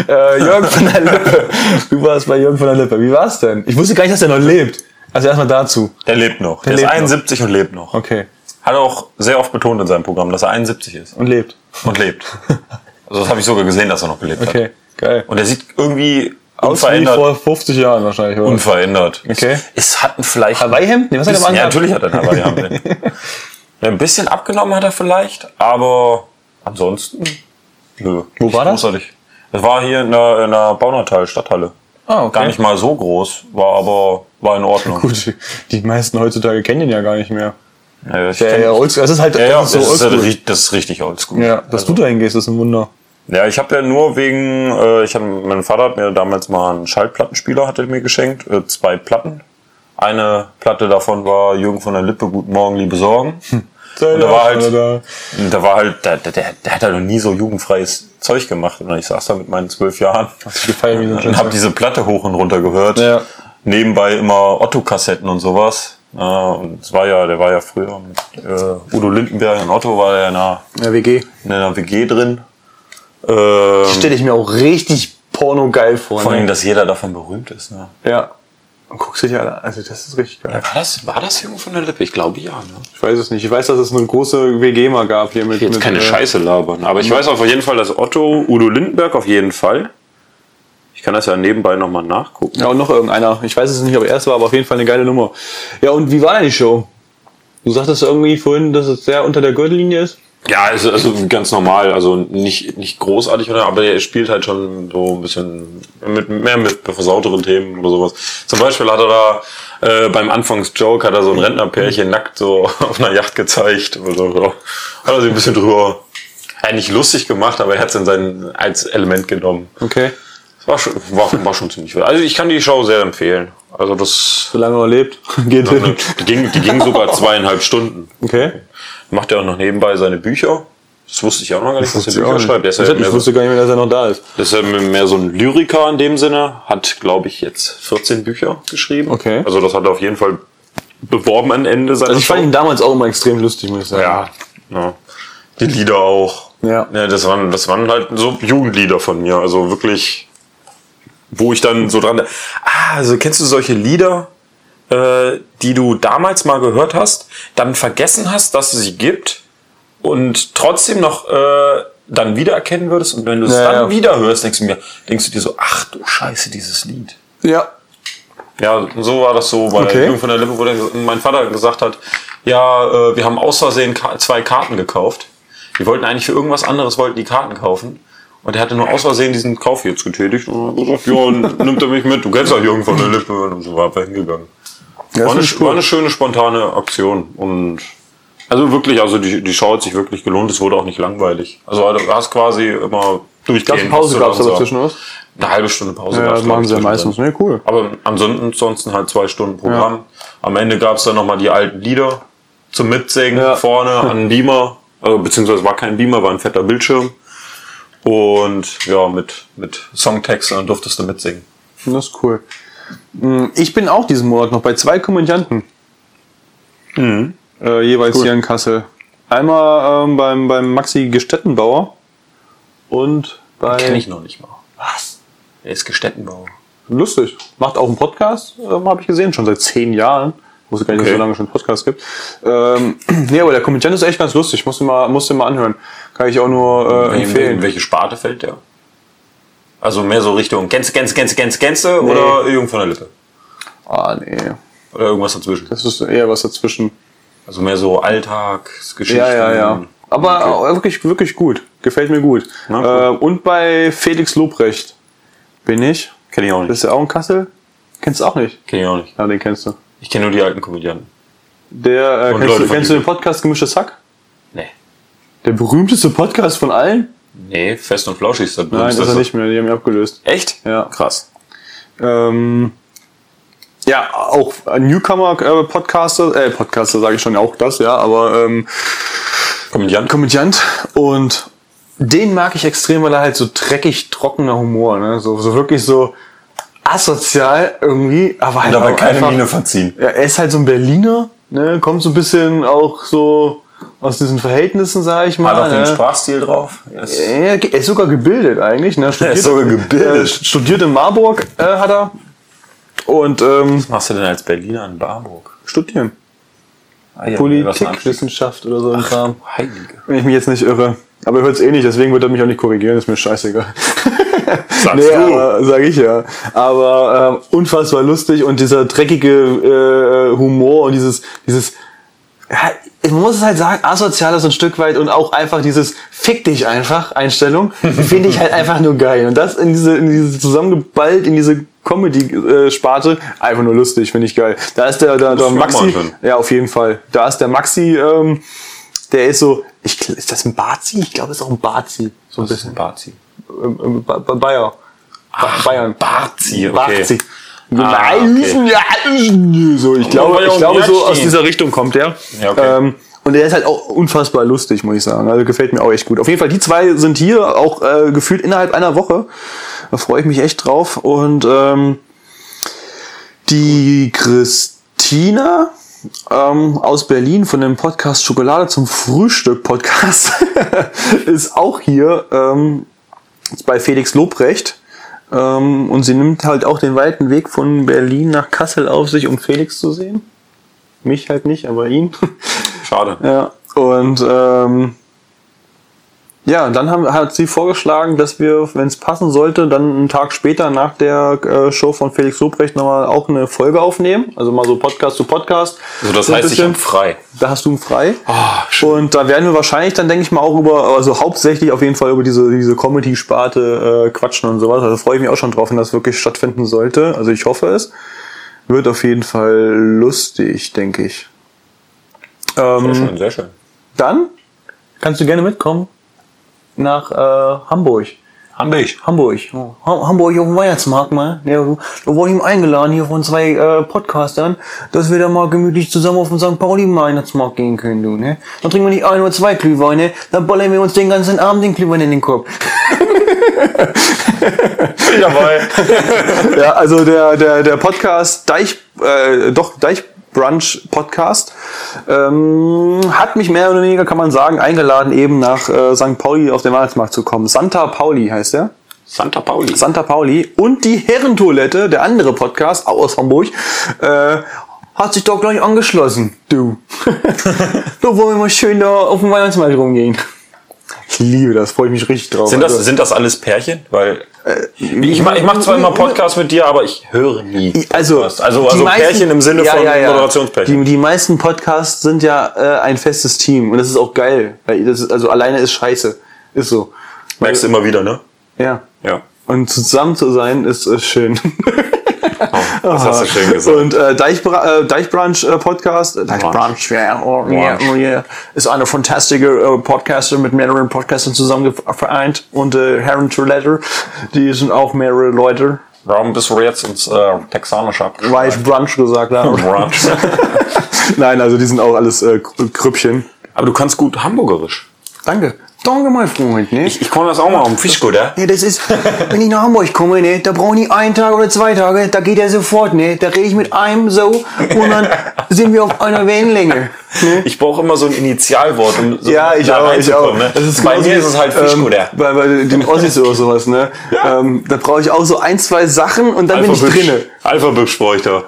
[SPEAKER 1] äh, Jürgen von [LAUGHS] der Lippe. Du warst bei Jürgen von der Lippe. Wie war's denn? Ich wusste gar nicht, dass er noch lebt. Also erstmal dazu.
[SPEAKER 2] Der lebt noch. Der,
[SPEAKER 1] lebt
[SPEAKER 2] ist 71 und lebt noch.
[SPEAKER 1] Okay.
[SPEAKER 2] Hat auch sehr oft betont in seinem Programm, dass er 71 ist
[SPEAKER 1] Und lebt.
[SPEAKER 2] und
[SPEAKER 1] [LAUGHS]
[SPEAKER 2] lebt. Also das habe ich sogar gesehen, dass er noch gelebt hat.
[SPEAKER 1] Okay, geil.
[SPEAKER 2] Und er sieht irgendwie
[SPEAKER 1] Aus wie
[SPEAKER 2] unverändert.
[SPEAKER 1] vor 50 Jahren wahrscheinlich, oder?
[SPEAKER 2] unverändert.
[SPEAKER 1] Okay.
[SPEAKER 2] Es, es hat ein vielleicht.
[SPEAKER 1] Hawaii-Hemd? Nee, was hat er
[SPEAKER 2] bisschen,
[SPEAKER 1] mal
[SPEAKER 2] Ja,
[SPEAKER 1] angehabt?
[SPEAKER 2] natürlich hat er ein Hawaii-Hemd.
[SPEAKER 1] [LAUGHS]
[SPEAKER 2] Ja, ein bisschen abgenommen hat er vielleicht, aber ansonsten. Nö.
[SPEAKER 1] Wo war das?
[SPEAKER 2] Großartig. Das war hier in der, in der Baunatal, Stadthalle.
[SPEAKER 1] Ah, okay.
[SPEAKER 2] Gar nicht mal so groß, war aber war in Ordnung.
[SPEAKER 1] [LAUGHS] Gut, die meisten heutzutage kennen den ja gar nicht mehr.
[SPEAKER 2] Ja, ich
[SPEAKER 1] Ja,
[SPEAKER 2] kenn-
[SPEAKER 1] ja, oldschool. Das ist halt
[SPEAKER 2] ja, ja,
[SPEAKER 1] das ist
[SPEAKER 2] das,
[SPEAKER 1] so
[SPEAKER 2] ist, ja
[SPEAKER 1] oldschool.
[SPEAKER 2] ri- das ist richtig Also- oldschool.
[SPEAKER 1] Ja, dass du dahin gehst, ist ein Wunder.
[SPEAKER 2] Ja, ich habe ja nur wegen, äh, ich hab, mein Vater hat mir damals mal einen Schallplattenspieler hat er mir geschenkt, äh, zwei Platten. Eine Platte davon war Jürgen von der Lippe, Guten Morgen, liebe Sorgen.
[SPEAKER 1] Hm.
[SPEAKER 2] Und da war halt, und da war halt, der, der, der der hat halt noch nie so jugendfreies Zeug gemacht. Und ich saß da mit meinen zwölf Jahren
[SPEAKER 1] ich gefallen, wie so ein
[SPEAKER 2] und habe
[SPEAKER 1] Schatz.
[SPEAKER 2] diese Platte hoch und runter gehört.
[SPEAKER 1] Ja.
[SPEAKER 2] Nebenbei immer Otto-Kassetten und sowas. Ja, und es war ja, der war ja früher mit äh, Udo Lindenberg und Otto war der in einer,
[SPEAKER 1] Ja, WG.
[SPEAKER 2] in einer WG drin. Ähm,
[SPEAKER 1] Stelle ich mir auch richtig pornogeil vor.
[SPEAKER 2] Vor allem,
[SPEAKER 1] Ne?
[SPEAKER 2] dass jeder davon berühmt ist. Ne?
[SPEAKER 1] Ja. Und guckst dich alle an. Also, das ist richtig geil.
[SPEAKER 2] War das, war das Junge von der Lippe? Ich glaube ja. Ne?
[SPEAKER 1] Ich weiß es nicht. Ich weiß, dass es eine große WG mal gab hier mit.
[SPEAKER 2] Jetzt
[SPEAKER 1] mit,
[SPEAKER 2] keine
[SPEAKER 1] äh,
[SPEAKER 2] Scheiße labern. Aber ich weiß auf jeden Fall, dass Otto, Udo Lindenberg auf jeden Fall.
[SPEAKER 3] Ich kann das ja nebenbei nochmal nachgucken.
[SPEAKER 1] Ja, und noch irgendeiner. Ich weiß es nicht, ob er es war, aber auf jeden Fall eine geile Nummer. Ja, und wie war denn die Show? Du sagtest irgendwie vorhin, dass es sehr unter der Gürtellinie ist.
[SPEAKER 2] Ja, also, also ganz normal, also nicht, nicht großartig oder, aber er spielt halt schon so ein bisschen mit, mehr mit versauteren Themen oder sowas. Zum Beispiel hat er da äh, beim Anfangsjoke hat er so ein Rentnerpärchen nackt so [LAUGHS] auf einer Yacht gezeigt oder so. Hat er sich ein bisschen drüber, ja, nicht lustig gemacht, aber er hat es in sein als Element genommen.
[SPEAKER 1] Okay.
[SPEAKER 2] War schon, war, war schon ziemlich wild. Also ich kann die Show sehr empfehlen. Also
[SPEAKER 1] [LAUGHS]
[SPEAKER 2] das
[SPEAKER 1] Solange er lebt, geht hin.
[SPEAKER 2] die ging, die ging sogar zweieinhalb Stunden.
[SPEAKER 1] Okay.
[SPEAKER 2] Macht er auch noch nebenbei seine Bücher. Das wusste ich auch noch gar nicht, dass er Bücher schreibt. Der ist,
[SPEAKER 1] Ich
[SPEAKER 2] ja mehr,
[SPEAKER 1] ich
[SPEAKER 2] so-
[SPEAKER 1] wusste gar nicht mehr, dass er noch da ist.
[SPEAKER 2] der ist ja mehr so ein Lyriker in dem Sinne. Hat, glaube ich, jetzt 14 Bücher geschrieben.
[SPEAKER 1] Okay.
[SPEAKER 2] Also das hat er auf jeden Fall beworben am Ende seiner
[SPEAKER 1] Also ich fand ihn damals auch immer extrem lustig, muss ich sagen.
[SPEAKER 2] ja, ja. Die Lieder auch. Ne,
[SPEAKER 1] Ja.
[SPEAKER 2] das, waren, das waren halt so Jugendlieder von mir. Also wirklich, wo ich dann so dran. Ah, also kennst du solche Lieder, äh, die du damals mal gehört hast, dann vergessen hast, dass es sie gibt und trotzdem noch äh, dann wiedererkennen würdest und wenn du es
[SPEAKER 1] Ja,
[SPEAKER 2] dann
[SPEAKER 1] ja.
[SPEAKER 2] wieder hörst, denkst du mir, denkst du dir so, ach du Scheiße, dieses Lied.
[SPEAKER 1] Ja.
[SPEAKER 2] Ja, so war das so bei
[SPEAKER 1] Okay.
[SPEAKER 2] Jung von der Lippe, wo der, mein Vater gesagt hat, ja, äh, wir haben aus Versehen ka zwei Karten gekauft. Wir wollten eigentlich für irgendwas anderes wollten die Karten kaufen. Und er hatte nur aus Versehen diesen Kauf jetzt getätigt und hat gesagt, ja,
[SPEAKER 1] [LAUGHS]
[SPEAKER 2] nimmt er mich mit, du kennst doch Jürgen von der Lippe. Und so war er hingegangen. War eine, war eine schöne, spontane Aktion. Und also wirklich, also die, die Show hat sich wirklich gelohnt, es wurde auch nicht langweilig. Also du hast quasi immer
[SPEAKER 1] Gab's
[SPEAKER 2] durchgehend.
[SPEAKER 1] eine
[SPEAKER 2] was zu
[SPEAKER 1] Pause, gab's aber
[SPEAKER 2] sagen.
[SPEAKER 1] zwischen was?
[SPEAKER 2] Eine halbe Stunde Pause.
[SPEAKER 1] Ja,
[SPEAKER 2] gab's,
[SPEAKER 1] das
[SPEAKER 2] glaub
[SPEAKER 1] machen
[SPEAKER 2] ich,
[SPEAKER 1] sie ja
[SPEAKER 2] zwischendrin.
[SPEAKER 1] meistens. Ne, cool.
[SPEAKER 2] Aber ansonsten, ansonsten halt zwei Stunden Programm. Am Ende gab es dann nochmal die alten Lieder zum Mitsingen
[SPEAKER 1] Ja.
[SPEAKER 2] vorne an den Beamer. Also, beziehungsweise war kein Beamer, war ein fetter Bildschirm. Und ja, mit, mit Songtext, dann durftest du mitsingen.
[SPEAKER 1] Das ist cool. Mm, Ich bin auch diesen Monat noch bei zwei Komödianten.
[SPEAKER 2] Mhm.
[SPEAKER 1] Äh, jeweils hier in Kassel. Einmal ähm, beim, beim Maxi Gestettenbauer und bei.
[SPEAKER 2] Kenn ich noch nicht mal. Was? Er ist Gestettenbauer.
[SPEAKER 1] Lustig. Macht auch einen Podcast, ähm, habe ich gesehen, schon seit zehn Jahren. Wusste gar nicht, dass es
[SPEAKER 2] Okay.
[SPEAKER 1] so lange schon Podcasts gibt. Ähm, [CLEARS THROAT] nee, aber der Komödiant ist echt ganz lustig. Musst du mal, musst du mal anhören. Kann ich auch nur äh,
[SPEAKER 2] In, in
[SPEAKER 1] empfehlen.
[SPEAKER 2] welche Sparte fällt der? Also mehr so Richtung Gänse, Gänse, Gänse, Gänse, Gänse oder Jung von der Lippe?
[SPEAKER 1] Ah, nee.
[SPEAKER 2] Oder irgendwas dazwischen.
[SPEAKER 1] Das ist eher was dazwischen.
[SPEAKER 2] Also mehr so Alltagsgeschichten.
[SPEAKER 1] Ja, ja, ja. Aber wirklich, wirklich gut. Gefällt mir gut.
[SPEAKER 2] Na,
[SPEAKER 1] äh, und bei Felix Lobrecht bin ich.
[SPEAKER 2] Kenn ich auch
[SPEAKER 1] Das
[SPEAKER 2] nicht.
[SPEAKER 1] ist ja auch in Kassel. Kennst du auch nicht?
[SPEAKER 2] Kenn ich auch nicht.
[SPEAKER 1] Ja, den kennst du.
[SPEAKER 2] Ich kenne nur die alten Komödianten.
[SPEAKER 1] Der, äh,
[SPEAKER 2] Und
[SPEAKER 1] kennst,
[SPEAKER 2] Leute
[SPEAKER 1] du,
[SPEAKER 2] von
[SPEAKER 1] kennst du
[SPEAKER 2] Jubel.
[SPEAKER 1] den Podcast Gemischtes Hack?
[SPEAKER 2] Nee.
[SPEAKER 1] Der berühmteste Podcast von allen?
[SPEAKER 2] Nee, fest und flauschig ist das.
[SPEAKER 1] Nein, das ist er nicht mehr. Die haben ihn abgelöst.
[SPEAKER 2] Echt?
[SPEAKER 1] Ja.
[SPEAKER 2] also- Krass.
[SPEAKER 1] Ähm, ja, auch ein Newcomer-Podcaster, äh, Podcaster sage ich schon, auch das, ja, aber ähm,
[SPEAKER 2] Komödiant?
[SPEAKER 1] Komödiant und den mag ich extrem, weil er halt so dreckig trockener Humor, ne? so, so wirklich so asozial irgendwie, aber halt auch einfach,
[SPEAKER 2] verziehen.
[SPEAKER 1] ja, er ist halt so ein Berliner, ne? kommt so ein bisschen auch so aus diesen Verhältnissen, sage ich mal.
[SPEAKER 2] Hat auch
[SPEAKER 1] ne?
[SPEAKER 2] den Sprachstil drauf. Äh, Ist-
[SPEAKER 1] Ja, Er ist sogar gebildet eigentlich. Ne? Studiert,
[SPEAKER 2] ist sogar gebildet.
[SPEAKER 1] Äh, studiert in Marburg äh, hat er. Und ähm,
[SPEAKER 2] Was machst du denn als Berliner in Barburg?
[SPEAKER 1] studieren.
[SPEAKER 2] Ah, ja, was ein Abstieg.
[SPEAKER 1] Politikwissenschaft oder so ein Kram.
[SPEAKER 2] Heilige.
[SPEAKER 1] Wenn ich mich jetzt nicht irre. Aber er hört es eh nicht, deswegen wird er mich auch nicht korrigieren, ist mir scheißegal. [LAUGHS]
[SPEAKER 2] Sagst du.
[SPEAKER 1] aber- Sag ich ja. Aber ähm, unfassbar lustig und dieser dreckige äh, Humor und dieses, dieses ja, man muss es halt sagen, asozial ist ein Stück weit und auch einfach dieses Fick dich einfach Einstellung, finde ich halt einfach nur geil. Und das in diese, in diese zusammengeballt, in diese Comedy-Sparte, einfach nur lustig, finde ich geil. Da ist der, der, der
[SPEAKER 2] ich mir auch mal
[SPEAKER 1] Maxi,
[SPEAKER 2] anhören.
[SPEAKER 1] ja, auf jeden Fall. Da ist der Maxi, ähm, der ist so, ich, gl- ist das ein Bazi? Ich glaube, es ist auch ein Bazi. So ein
[SPEAKER 2] Das ist
[SPEAKER 1] bisschen.
[SPEAKER 2] ein Bazi.
[SPEAKER 1] Ähm, ähm, Ba- Ba- Bayer. Ba- Bayern.
[SPEAKER 2] Bazi, okay.
[SPEAKER 1] Bazi.
[SPEAKER 2] Ah,
[SPEAKER 1] Nein, so, ich glaube,
[SPEAKER 2] weil er
[SPEAKER 1] ich
[SPEAKER 2] auf
[SPEAKER 1] glaube
[SPEAKER 2] dem
[SPEAKER 1] so
[SPEAKER 2] Platz
[SPEAKER 1] aus
[SPEAKER 2] steht.
[SPEAKER 1] dieser Richtung kommt der.
[SPEAKER 2] Ja, okay.
[SPEAKER 1] ähm, und der ist halt auch unfassbar lustig, muss ich sagen. Also gefällt mir auch echt gut. Auf jeden Fall, die zwei sind hier auch äh, gefühlt innerhalb einer Woche. Da freue ich mich echt drauf. Und ähm, die Christina ähm, aus Berlin von dem Podcast Schokolade zum Frühstück Podcast [LAUGHS] ist auch hier ähm, bei Felix Lobrecht. Ähm, und sie nimmt halt auch den weiten Weg von Berlin nach Kassel auf sich, um Felix zu sehen. [LAUGHS] Mich halt nicht, aber ihn.
[SPEAKER 2] Schade.
[SPEAKER 1] ja. Und ähm, Ja, und dann haben, hat sie vorgeschlagen, dass wir, wenn es passen sollte, dann einen Tag später nach der äh, Show von Felix Ruprecht nochmal auch eine Folge aufnehmen. Also mal so Podcast zu Podcast.
[SPEAKER 2] Also das
[SPEAKER 1] So ein
[SPEAKER 2] heißt, ich
[SPEAKER 1] bisschen.
[SPEAKER 2] hab frei. Ah,
[SPEAKER 1] Da hast du einen frei. und da werden wir wahrscheinlich dann, denke ich mal, auch über, also hauptsächlich auf jeden Fall über diese, diese Comedy-Sparte äh, quatschen und sowas. Also freue ich mich auch schon drauf, wenn das wirklich stattfinden sollte. Also ich hoffe es. Wird auf jeden Fall lustig, denke ich. Ähm,
[SPEAKER 2] Schön, sehr schön.
[SPEAKER 1] dann kannst du gerne mitkommen nach äh, Hamburg. [LAUGHS]
[SPEAKER 2] Hamburg.
[SPEAKER 1] Hamburg. Oh, Ha- Hamburg auf dem Weihnachtsmarkt mal. Ja, da wurde ihm eingeladen hier von zwei äh, Podcastern, dass wir da mal gemütlich zusammen auf den St. Pauli Weihnachtsmarkt gehen können, du, ne? Dann trinken wir nicht ein oder zwei Glühweine, dann ballern wir uns den ganzen Abend den Glühwein in den Kopf.
[SPEAKER 2] Dabei.
[SPEAKER 1] [LAUGHS] ja, also der, der, der Podcast Deich, äh, doch, Deichbrunch Podcast ähm, hat mich mehr oder weniger, kann man sagen, eingeladen, eben nach äh, St. Pauli auf den Weihnachtsmarkt zu kommen. Santa Pauli heißt er.
[SPEAKER 2] Santa Pauli.
[SPEAKER 1] Santa Pauli und die Herrentoilette, der andere Podcast, auch aus Hamburg, äh, hat sich doch gleich angeschlossen. Du. [LAUGHS] da wollen wir mal schön da auf dem Weihnachtsmarkt rumgehen. Ich liebe das, freue ich mich richtig drauf.
[SPEAKER 2] Sind das,
[SPEAKER 1] Also,
[SPEAKER 2] sind das alles Pärchen? Weil
[SPEAKER 1] Äh,
[SPEAKER 2] ich mache ich mach zwar immer Podcasts mit dir, aber ich höre nie.
[SPEAKER 1] also,
[SPEAKER 2] Podcasts. also,
[SPEAKER 1] die
[SPEAKER 2] also
[SPEAKER 1] meisten-
[SPEAKER 2] Pärchen im Sinne
[SPEAKER 1] Ja,
[SPEAKER 2] von
[SPEAKER 1] ja, ja.
[SPEAKER 2] Moderationspärchen.
[SPEAKER 1] Die, die meisten Podcasts sind ja äh, ein festes Team und das ist auch geil. Weil das ist, also alleine ist scheiße. Ist so.
[SPEAKER 2] Merkst du immer wieder, ne?
[SPEAKER 1] Ja.
[SPEAKER 2] Ja.
[SPEAKER 1] Und zusammen zu sein ist,
[SPEAKER 3] [LAUGHS]
[SPEAKER 1] ist schön.
[SPEAKER 3] Oh, Das hast du schön gesagt.
[SPEAKER 1] Und äh, Deichbra äh, Deichbranch äh, Podcast, äh, Deichbranch, ja, oh, ja, oh, ja, ist eine fantastische äh, Podcaster mit mehreren Podcastern zusammen vereint und äh, Herren to Letter, die sind auch mehrere Leute,
[SPEAKER 2] Warum bist du jetzt ins äh, Texanische abgeschlossen?
[SPEAKER 1] weil ich Brunch gesagt habe. [LAUGHS] Nein, also die sind auch alles äh, Gr- Grüppchen.
[SPEAKER 3] Aber du kannst gut Hamburgerisch.
[SPEAKER 1] Danke. Danke, mein Freund, ne?
[SPEAKER 3] Ich komme das auch mal um Fischko, der.
[SPEAKER 1] Ja, das [LAUGHS] ist, wenn ich nach Hamburg komme, ne, da brauche ich nicht einen Tag oder zwei Tage, da geht er sofort, ne, da rede ich mit einem so und [LAUGHS] dann sind wir auf einer Wellenlänge. ne.
[SPEAKER 3] Ich brauche immer so ein Initialwort, um so
[SPEAKER 1] Ja, ich
[SPEAKER 3] da
[SPEAKER 1] auch, ich auch.
[SPEAKER 3] reinzukommen, Ne?
[SPEAKER 1] Das ist
[SPEAKER 3] Bei
[SPEAKER 1] genauso
[SPEAKER 3] mir
[SPEAKER 1] wie,
[SPEAKER 3] ist es halt Fischko,
[SPEAKER 1] ähm,
[SPEAKER 3] der.
[SPEAKER 1] Bei, bei den Ossis oder sowas, ne? Ähm, da brauche ich auch so ein, zwei Sachen und dann bin ich drinne.
[SPEAKER 3] Alphabet brauche ich da.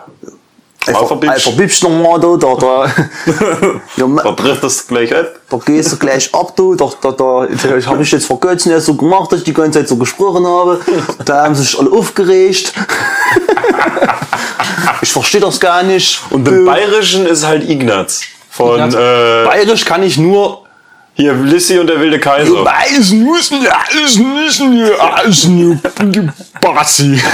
[SPEAKER 3] Alphabet.
[SPEAKER 1] Alphabet nochmal, du, da, da.
[SPEAKER 3] [LAUGHS]
[SPEAKER 1] [LAUGHS] ja,
[SPEAKER 3] Da
[SPEAKER 1] ma-
[SPEAKER 3] trifft das gleich ab.
[SPEAKER 1] da gehst du gleich ab, du, da, da, da. Ich habe mich jetzt vor kurzem erst so gemacht, dass ich die ganze Zeit so gesprochen habe. Da haben sie sich alle aufgeregt. [LAUGHS] ich verstehe das gar nicht.
[SPEAKER 3] Und im Bayerischen ist halt Ignaz. Von
[SPEAKER 1] Ignaz.
[SPEAKER 3] Äh,
[SPEAKER 1] Bayerisch kann ich nur
[SPEAKER 3] hier Lissi und der wilde Kaiser.
[SPEAKER 1] Alles müssen, alles müssen, alles nur Bassi. [LAUGHS]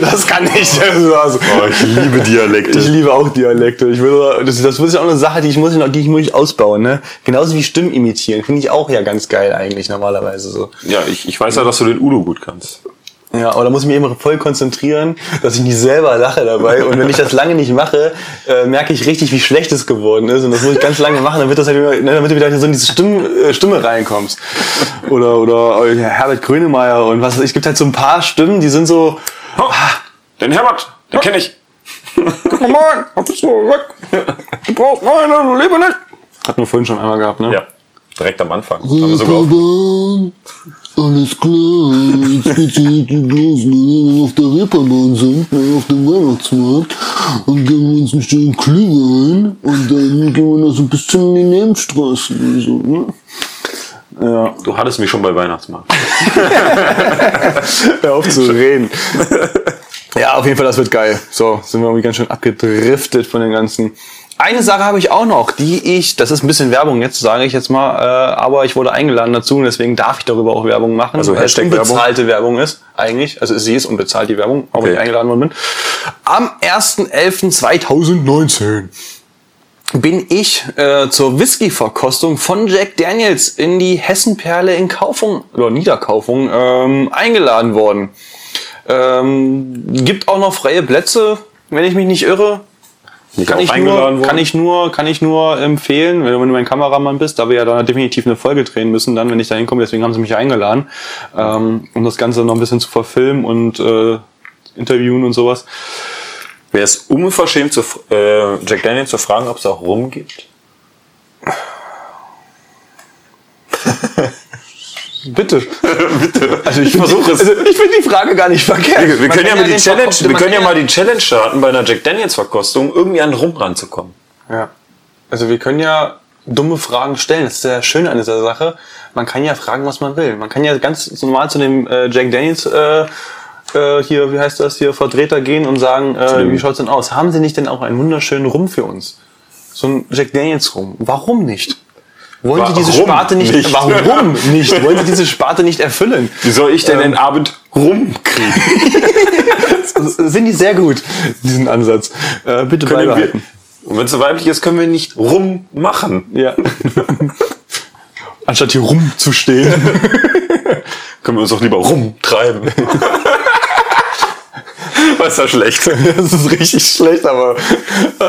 [SPEAKER 1] Das kann ich. Also,
[SPEAKER 3] Oh, ich liebe Dialekte.
[SPEAKER 1] ich liebe auch Dialekte. Ich will, das, das ist ja auch eine Sache, die ich muss, die ich muss ich ausbauen. Ne? Genauso wie Stimmen imitieren. Finde ich auch ja ganz geil eigentlich normalerweise so.
[SPEAKER 3] ja, ich, ich weiß ja, dass du den Udo gut kannst.
[SPEAKER 1] Ja, aber da muss ich mich eben voll konzentrieren, dass ich nicht selber lache dabei. Und wenn ich das lange nicht mache, äh, merke ich richtig, wie schlecht es geworden ist. Und das muss ich ganz lange machen, damit, das halt wieder, ne, damit du wieder so in diese Stimme, äh, Stimme reinkommst. Oder, oder äh, Herbert Grönemeyer und was. weiß ich. Es gibt halt so ein paar Stimmen, die sind so.
[SPEAKER 3] Oh, den Herbert, den kenne ich.
[SPEAKER 1] Mann, auf zurück. Du brauchst meine, du lebe nicht. Hat man vorhin schon einmal gehabt, ne?
[SPEAKER 2] Ja. Direkt am Anfang. Haben wir sogar auf-
[SPEAKER 4] Alles klar, jetzt geht's hier richtig los. Wenn wir auf der Reeperbahn sind, dann auf dem Weihnachtsmarkt, und geben wir uns einen schönen Glühwein und dann gehen wir noch so bis zu den Nebenstraßen oder so, ne?
[SPEAKER 3] Du hattest mich schon bei Weihnachtsmarkt.
[SPEAKER 1] Hör auf zu reden. Ja, auf jeden Fall, das wird geil. So, sind wir irgendwie ganz schön abgedriftet von den ganzen. Eine Sache habe ich auch noch, die ich, das ist ein bisschen Werbung jetzt, sage ich jetzt mal, äh, aber ich wurde eingeladen dazu und deswegen darf ich darüber auch Werbung machen.
[SPEAKER 3] Also
[SPEAKER 1] weil es
[SPEAKER 3] Hashtag Werbung.
[SPEAKER 1] unbezahlte Werbung ist, eigentlich. Also sie ist unbezahlt, die Werbung, auch wenn ich
[SPEAKER 3] Okay.
[SPEAKER 1] eingeladen worden bin. Am 1.11.2019 bin ich äh, zur Whisky-Verkostung von Jack Daniels in die Hessenperle in Kaufung oder Niederkaufung ähm, eingeladen worden. Ähm, gibt auch noch freie Plätze, wenn ich mich nicht irre. Kann
[SPEAKER 3] auch
[SPEAKER 1] ich,
[SPEAKER 3] eingeladen
[SPEAKER 1] nur,
[SPEAKER 3] worden?
[SPEAKER 1] kann, ich nur, kann ich nur empfehlen, wenn du mein Kameramann bist, da wir ja da definitiv eine Folge drehen müssen, dann, wenn ich da hinkomme, deswegen haben sie mich eingeladen, ähm, um das Ganze noch ein bisschen zu verfilmen und äh, interviewen und sowas.
[SPEAKER 3] Wäre es unverschämt, zu, f- äh, Jack Daniel zu fragen, ob es auch rumgibt?
[SPEAKER 1] Bitte.
[SPEAKER 3] [LAUGHS] Bitte. Also
[SPEAKER 1] Ich versuche es. ich finde die Frage gar nicht verkehrt.
[SPEAKER 3] Wir, wir können ja, mal die
[SPEAKER 1] den
[SPEAKER 3] Challenge,
[SPEAKER 1] Verko-
[SPEAKER 3] wir
[SPEAKER 1] man
[SPEAKER 3] können ja
[SPEAKER 1] kann
[SPEAKER 3] mal die Challenge um starten, bei einer Jack Daniels Verkostung irgendwie an Rum ranzukommen.
[SPEAKER 1] Ja. Also wir können ja dumme Fragen stellen. Das ist ja schön an dieser Sache. Man kann ja fragen, was man will. Man kann ja ganz normal zu dem äh, Jack Daniels äh, äh, hier, wie heißt das hier, Vertreter gehen und sagen, äh, wie schaut's denn aus? Haben Sie nicht denn auch einen wunderschönen Rum für uns? So ein Jack Daniels Rum. Warum nicht? Wollen Sie diese
[SPEAKER 3] Warum
[SPEAKER 1] Sparte nicht,
[SPEAKER 3] nicht?
[SPEAKER 1] warum nicht? Wollen Sie diese Sparte nicht erfüllen?
[SPEAKER 3] Wie soll ich denn
[SPEAKER 1] Ähm.
[SPEAKER 3] den Abend rumkriegen?
[SPEAKER 1] [LAUGHS] Sind die sehr gut, diesen Ansatz. Äh, bitte
[SPEAKER 3] Können wir,
[SPEAKER 1] beibehalten.
[SPEAKER 3] und wenn es so weiblich ist, können wir nicht rummachen.
[SPEAKER 1] Ja. [LAUGHS] Anstatt
[SPEAKER 3] [LAUGHS]
[SPEAKER 1] hier rumzustehen.
[SPEAKER 3] Können wir uns doch lieber
[SPEAKER 1] [LAUGHS]
[SPEAKER 3] rumtreiben. Was ist da schlecht?
[SPEAKER 1] [LAUGHS] Das ist richtig schlecht, aber äh,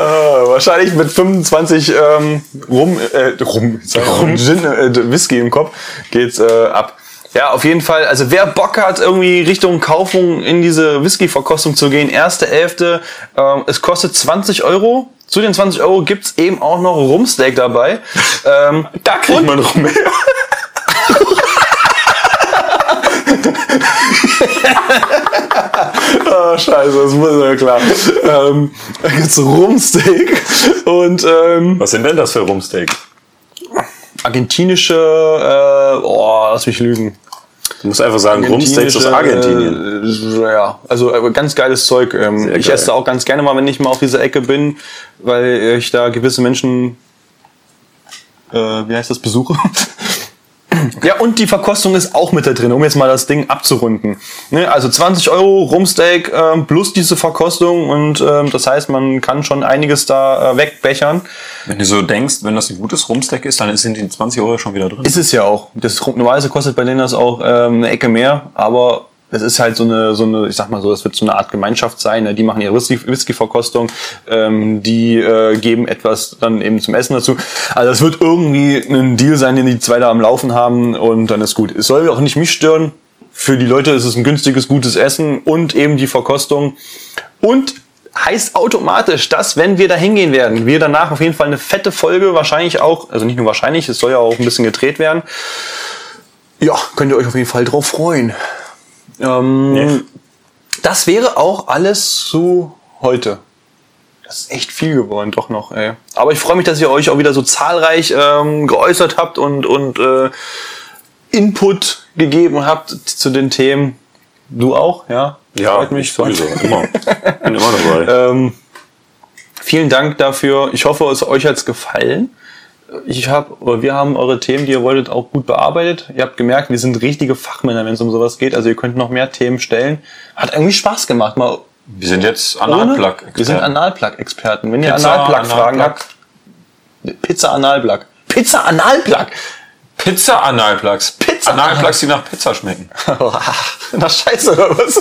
[SPEAKER 1] wahrscheinlich mit 25 ähm, Rum, äh, Rum, Rum. Gin, äh, Whisky im Kopf geht's äh, ab. Ja, auf jeden Fall. Also wer Bock hat, irgendwie Richtung Kaufung in diese Whisky-Verkostung zu gehen, erste Hälfte, ähm, es kostet 20 Euro. Zu den 20 Euro gibt's eben auch noch
[SPEAKER 3] [LAUGHS]
[SPEAKER 1] Rumsteak dabei. Ähm,
[SPEAKER 3] Da kriegt man rum.
[SPEAKER 1] Ah, scheiße, das muss ja klar. Ähm, da gibt's Rumsteak und ähm,
[SPEAKER 3] Was sind denn das für Rumsteak?
[SPEAKER 1] argentinische, äh, oh, lass mich lügen.
[SPEAKER 3] Du musst einfach sagen, Rumsteaks aus Argentinien.
[SPEAKER 1] Argentinien. Äh, ja, also äh, ganz geiles Zeug. Ähm, ich
[SPEAKER 3] geil.
[SPEAKER 1] esse da auch ganz gerne mal, wenn ich mal auf dieser Ecke bin, weil ich da gewisse Menschen, äh, wie heißt das,
[SPEAKER 3] [LAUGHS]
[SPEAKER 1] besuche. Ja, und die Verkostung ist auch mit da drin, um jetzt mal das Ding abzurunden. Ne, also 20 Euro Rumsteak ähm, plus diese Verkostung und ähm, das heißt, man kann schon einiges da äh, wegbechern.
[SPEAKER 2] Wenn du so denkst, wenn das ein gutes Rumsteak ist, dann sind die 20 Euro schon wieder drin.
[SPEAKER 1] Ist es ja auch. Das normalerweise kostet bei denen das auch ähm, eine Ecke mehr, aber es ist halt so eine, so eine, ich sag mal so, das wird so eine Art Gemeinschaft sein. Ne? Die machen ihre Whisky- Whisky-Verkostung, ähm, die äh, geben etwas dann eben zum Essen dazu. Also es wird irgendwie ein Deal sein, den die zwei da am Laufen haben und dann ist gut. Es soll auch nicht mich stören. Für die Leute ist es ein günstiges, gutes Essen und eben die Verkostung. Und heißt automatisch, dass wenn wir da hingehen werden, wir danach auf jeden Fall eine fette Folge wahrscheinlich auch, also nicht nur wahrscheinlich, es soll ja auch ein bisschen gedreht werden. Ja, könnt ihr euch auf jeden Fall drauf freuen. Ähm, Das wäre auch alles zu heute. Das ist echt viel geworden, doch noch, ey. Aber ich freue mich, dass ihr euch auch wieder so zahlreich ähm, geäußert habt und, und äh, Input gegeben habt zu den Themen. Du auch, ja? freut mich.
[SPEAKER 3] sowieso. Immer. Bin immer dabei.
[SPEAKER 1] Ähm, vielen Dank dafür. Ich hoffe, es euch hat's gefallen. Ich hab, oder wir haben eure Themen, die ihr wolltet, auch gut bearbeitet. Ihr habt gemerkt, wir sind richtige Fachmänner, wenn es um sowas geht. Also ihr könnt noch mehr Themen stellen. Hat irgendwie Spaß gemacht. Mal
[SPEAKER 2] Wir sind jetzt
[SPEAKER 1] ohne.
[SPEAKER 2] Analplug.
[SPEAKER 1] Wir sind Analplug-Experten. Wenn ihr Analplug-Fragen habt, Pizza Analplug. Pizza [LAUGHS] Analplug.
[SPEAKER 2] Pizza Analplugs.
[SPEAKER 1] Pizza-
[SPEAKER 2] Analplugs, die nach Pizza schmecken.
[SPEAKER 1] Na scheiße, oder [LAUGHS] was?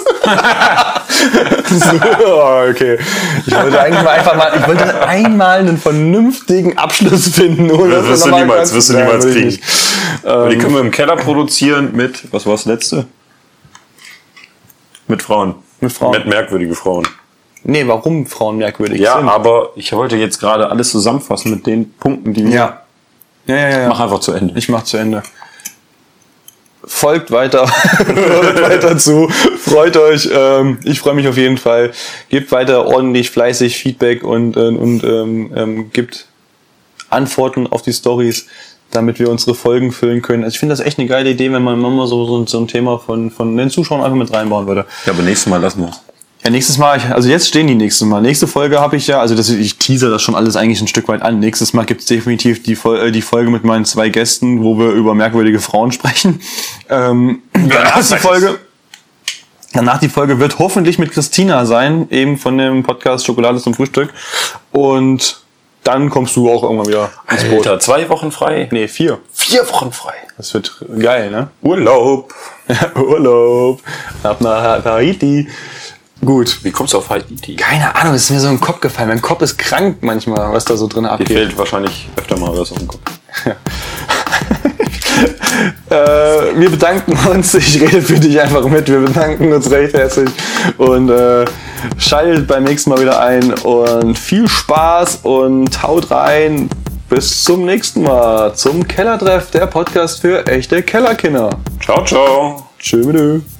[SPEAKER 1] so, oh, okay. Ich wollte eigentlich mal einfach mal, ich wollte einmal einen vernünftigen Abschluss finden, oder?
[SPEAKER 3] Das wirst du niemals- wirst du niemals kriegen. Aber die
[SPEAKER 1] Ähm,
[SPEAKER 3] können wir im Keller produzieren mit, was war das letzte? Mit Frauen.
[SPEAKER 1] Mit Frauen.
[SPEAKER 3] Mit merkwürdigen Frauen.
[SPEAKER 1] nee, warum Frauen merkwürdig
[SPEAKER 3] Ja,
[SPEAKER 1] sind.
[SPEAKER 3] aber ich wollte jetzt gerade alles zusammenfassen mit den Punkten, die wir.
[SPEAKER 1] Ja. Ja, ja, ja.
[SPEAKER 3] Mach einfach zu Ende.
[SPEAKER 1] Ich mach zu Ende. Folgt weiter, [LAUGHS] hört weiter zu, freut euch. Ähm, ich freue mich auf jeden Fall. Gebt weiter ordentlich, fleißig Feedback und, äh, und ähm, ähm, gibt Antworten auf die Stories, damit wir unsere Folgen füllen können. Also ich finde das echt eine geile Idee, wenn man mal so, so, so ein Thema von, von den Zuschauern einfach mit reinbauen würde.
[SPEAKER 3] Ja, aber nächstes Mal lassen wir
[SPEAKER 1] Ja, nächstes Mal, also jetzt stehen die nächsten Mal. Nächste Folge habe ich ja, also das, ich teaser das schon alles eigentlich ein Stück weit an. Nächstes Mal gibt's definitiv die, Fol äh, die Folge mit meinen zwei Gästen, wo wir über merkwürdige Frauen [LAUGHS] sprechen. Ähm, danach die Folge. Danach die Folge wird hoffentlich mit Christina sein, eben von dem Podcast Schokolade zum Frühstück. Und dann kommst du auch irgendwann wieder ins Boot.
[SPEAKER 2] Alter, zwei Wochen frei.
[SPEAKER 1] Nee, vier.
[SPEAKER 2] Vier Wochen frei.
[SPEAKER 1] Das wird geil, ne?
[SPEAKER 3] Urlaub.
[SPEAKER 1] [LAUGHS] Urlaub. Ab nach Haiti. Gut.
[SPEAKER 2] Wie kommst du auf Haiti?
[SPEAKER 1] Keine Ahnung, es ist mir so im Kopf gefallen. Mein Kopf ist krank manchmal, was da so drin
[SPEAKER 3] Dir
[SPEAKER 1] abgeht.
[SPEAKER 3] fehlt wahrscheinlich öfter mal was auf den Kopf.
[SPEAKER 1] [LAUGHS] Äh, wir bedanken uns, ich rede für dich einfach mit, wir bedanken uns recht herzlich und äh, schaltet beim nächsten Mal wieder ein und viel Spaß und haut rein. Bis zum nächsten Mal zum Kellertreff, der Podcast für echte Kellerkinder.
[SPEAKER 3] Ciao, ciao.
[SPEAKER 1] Tschüss.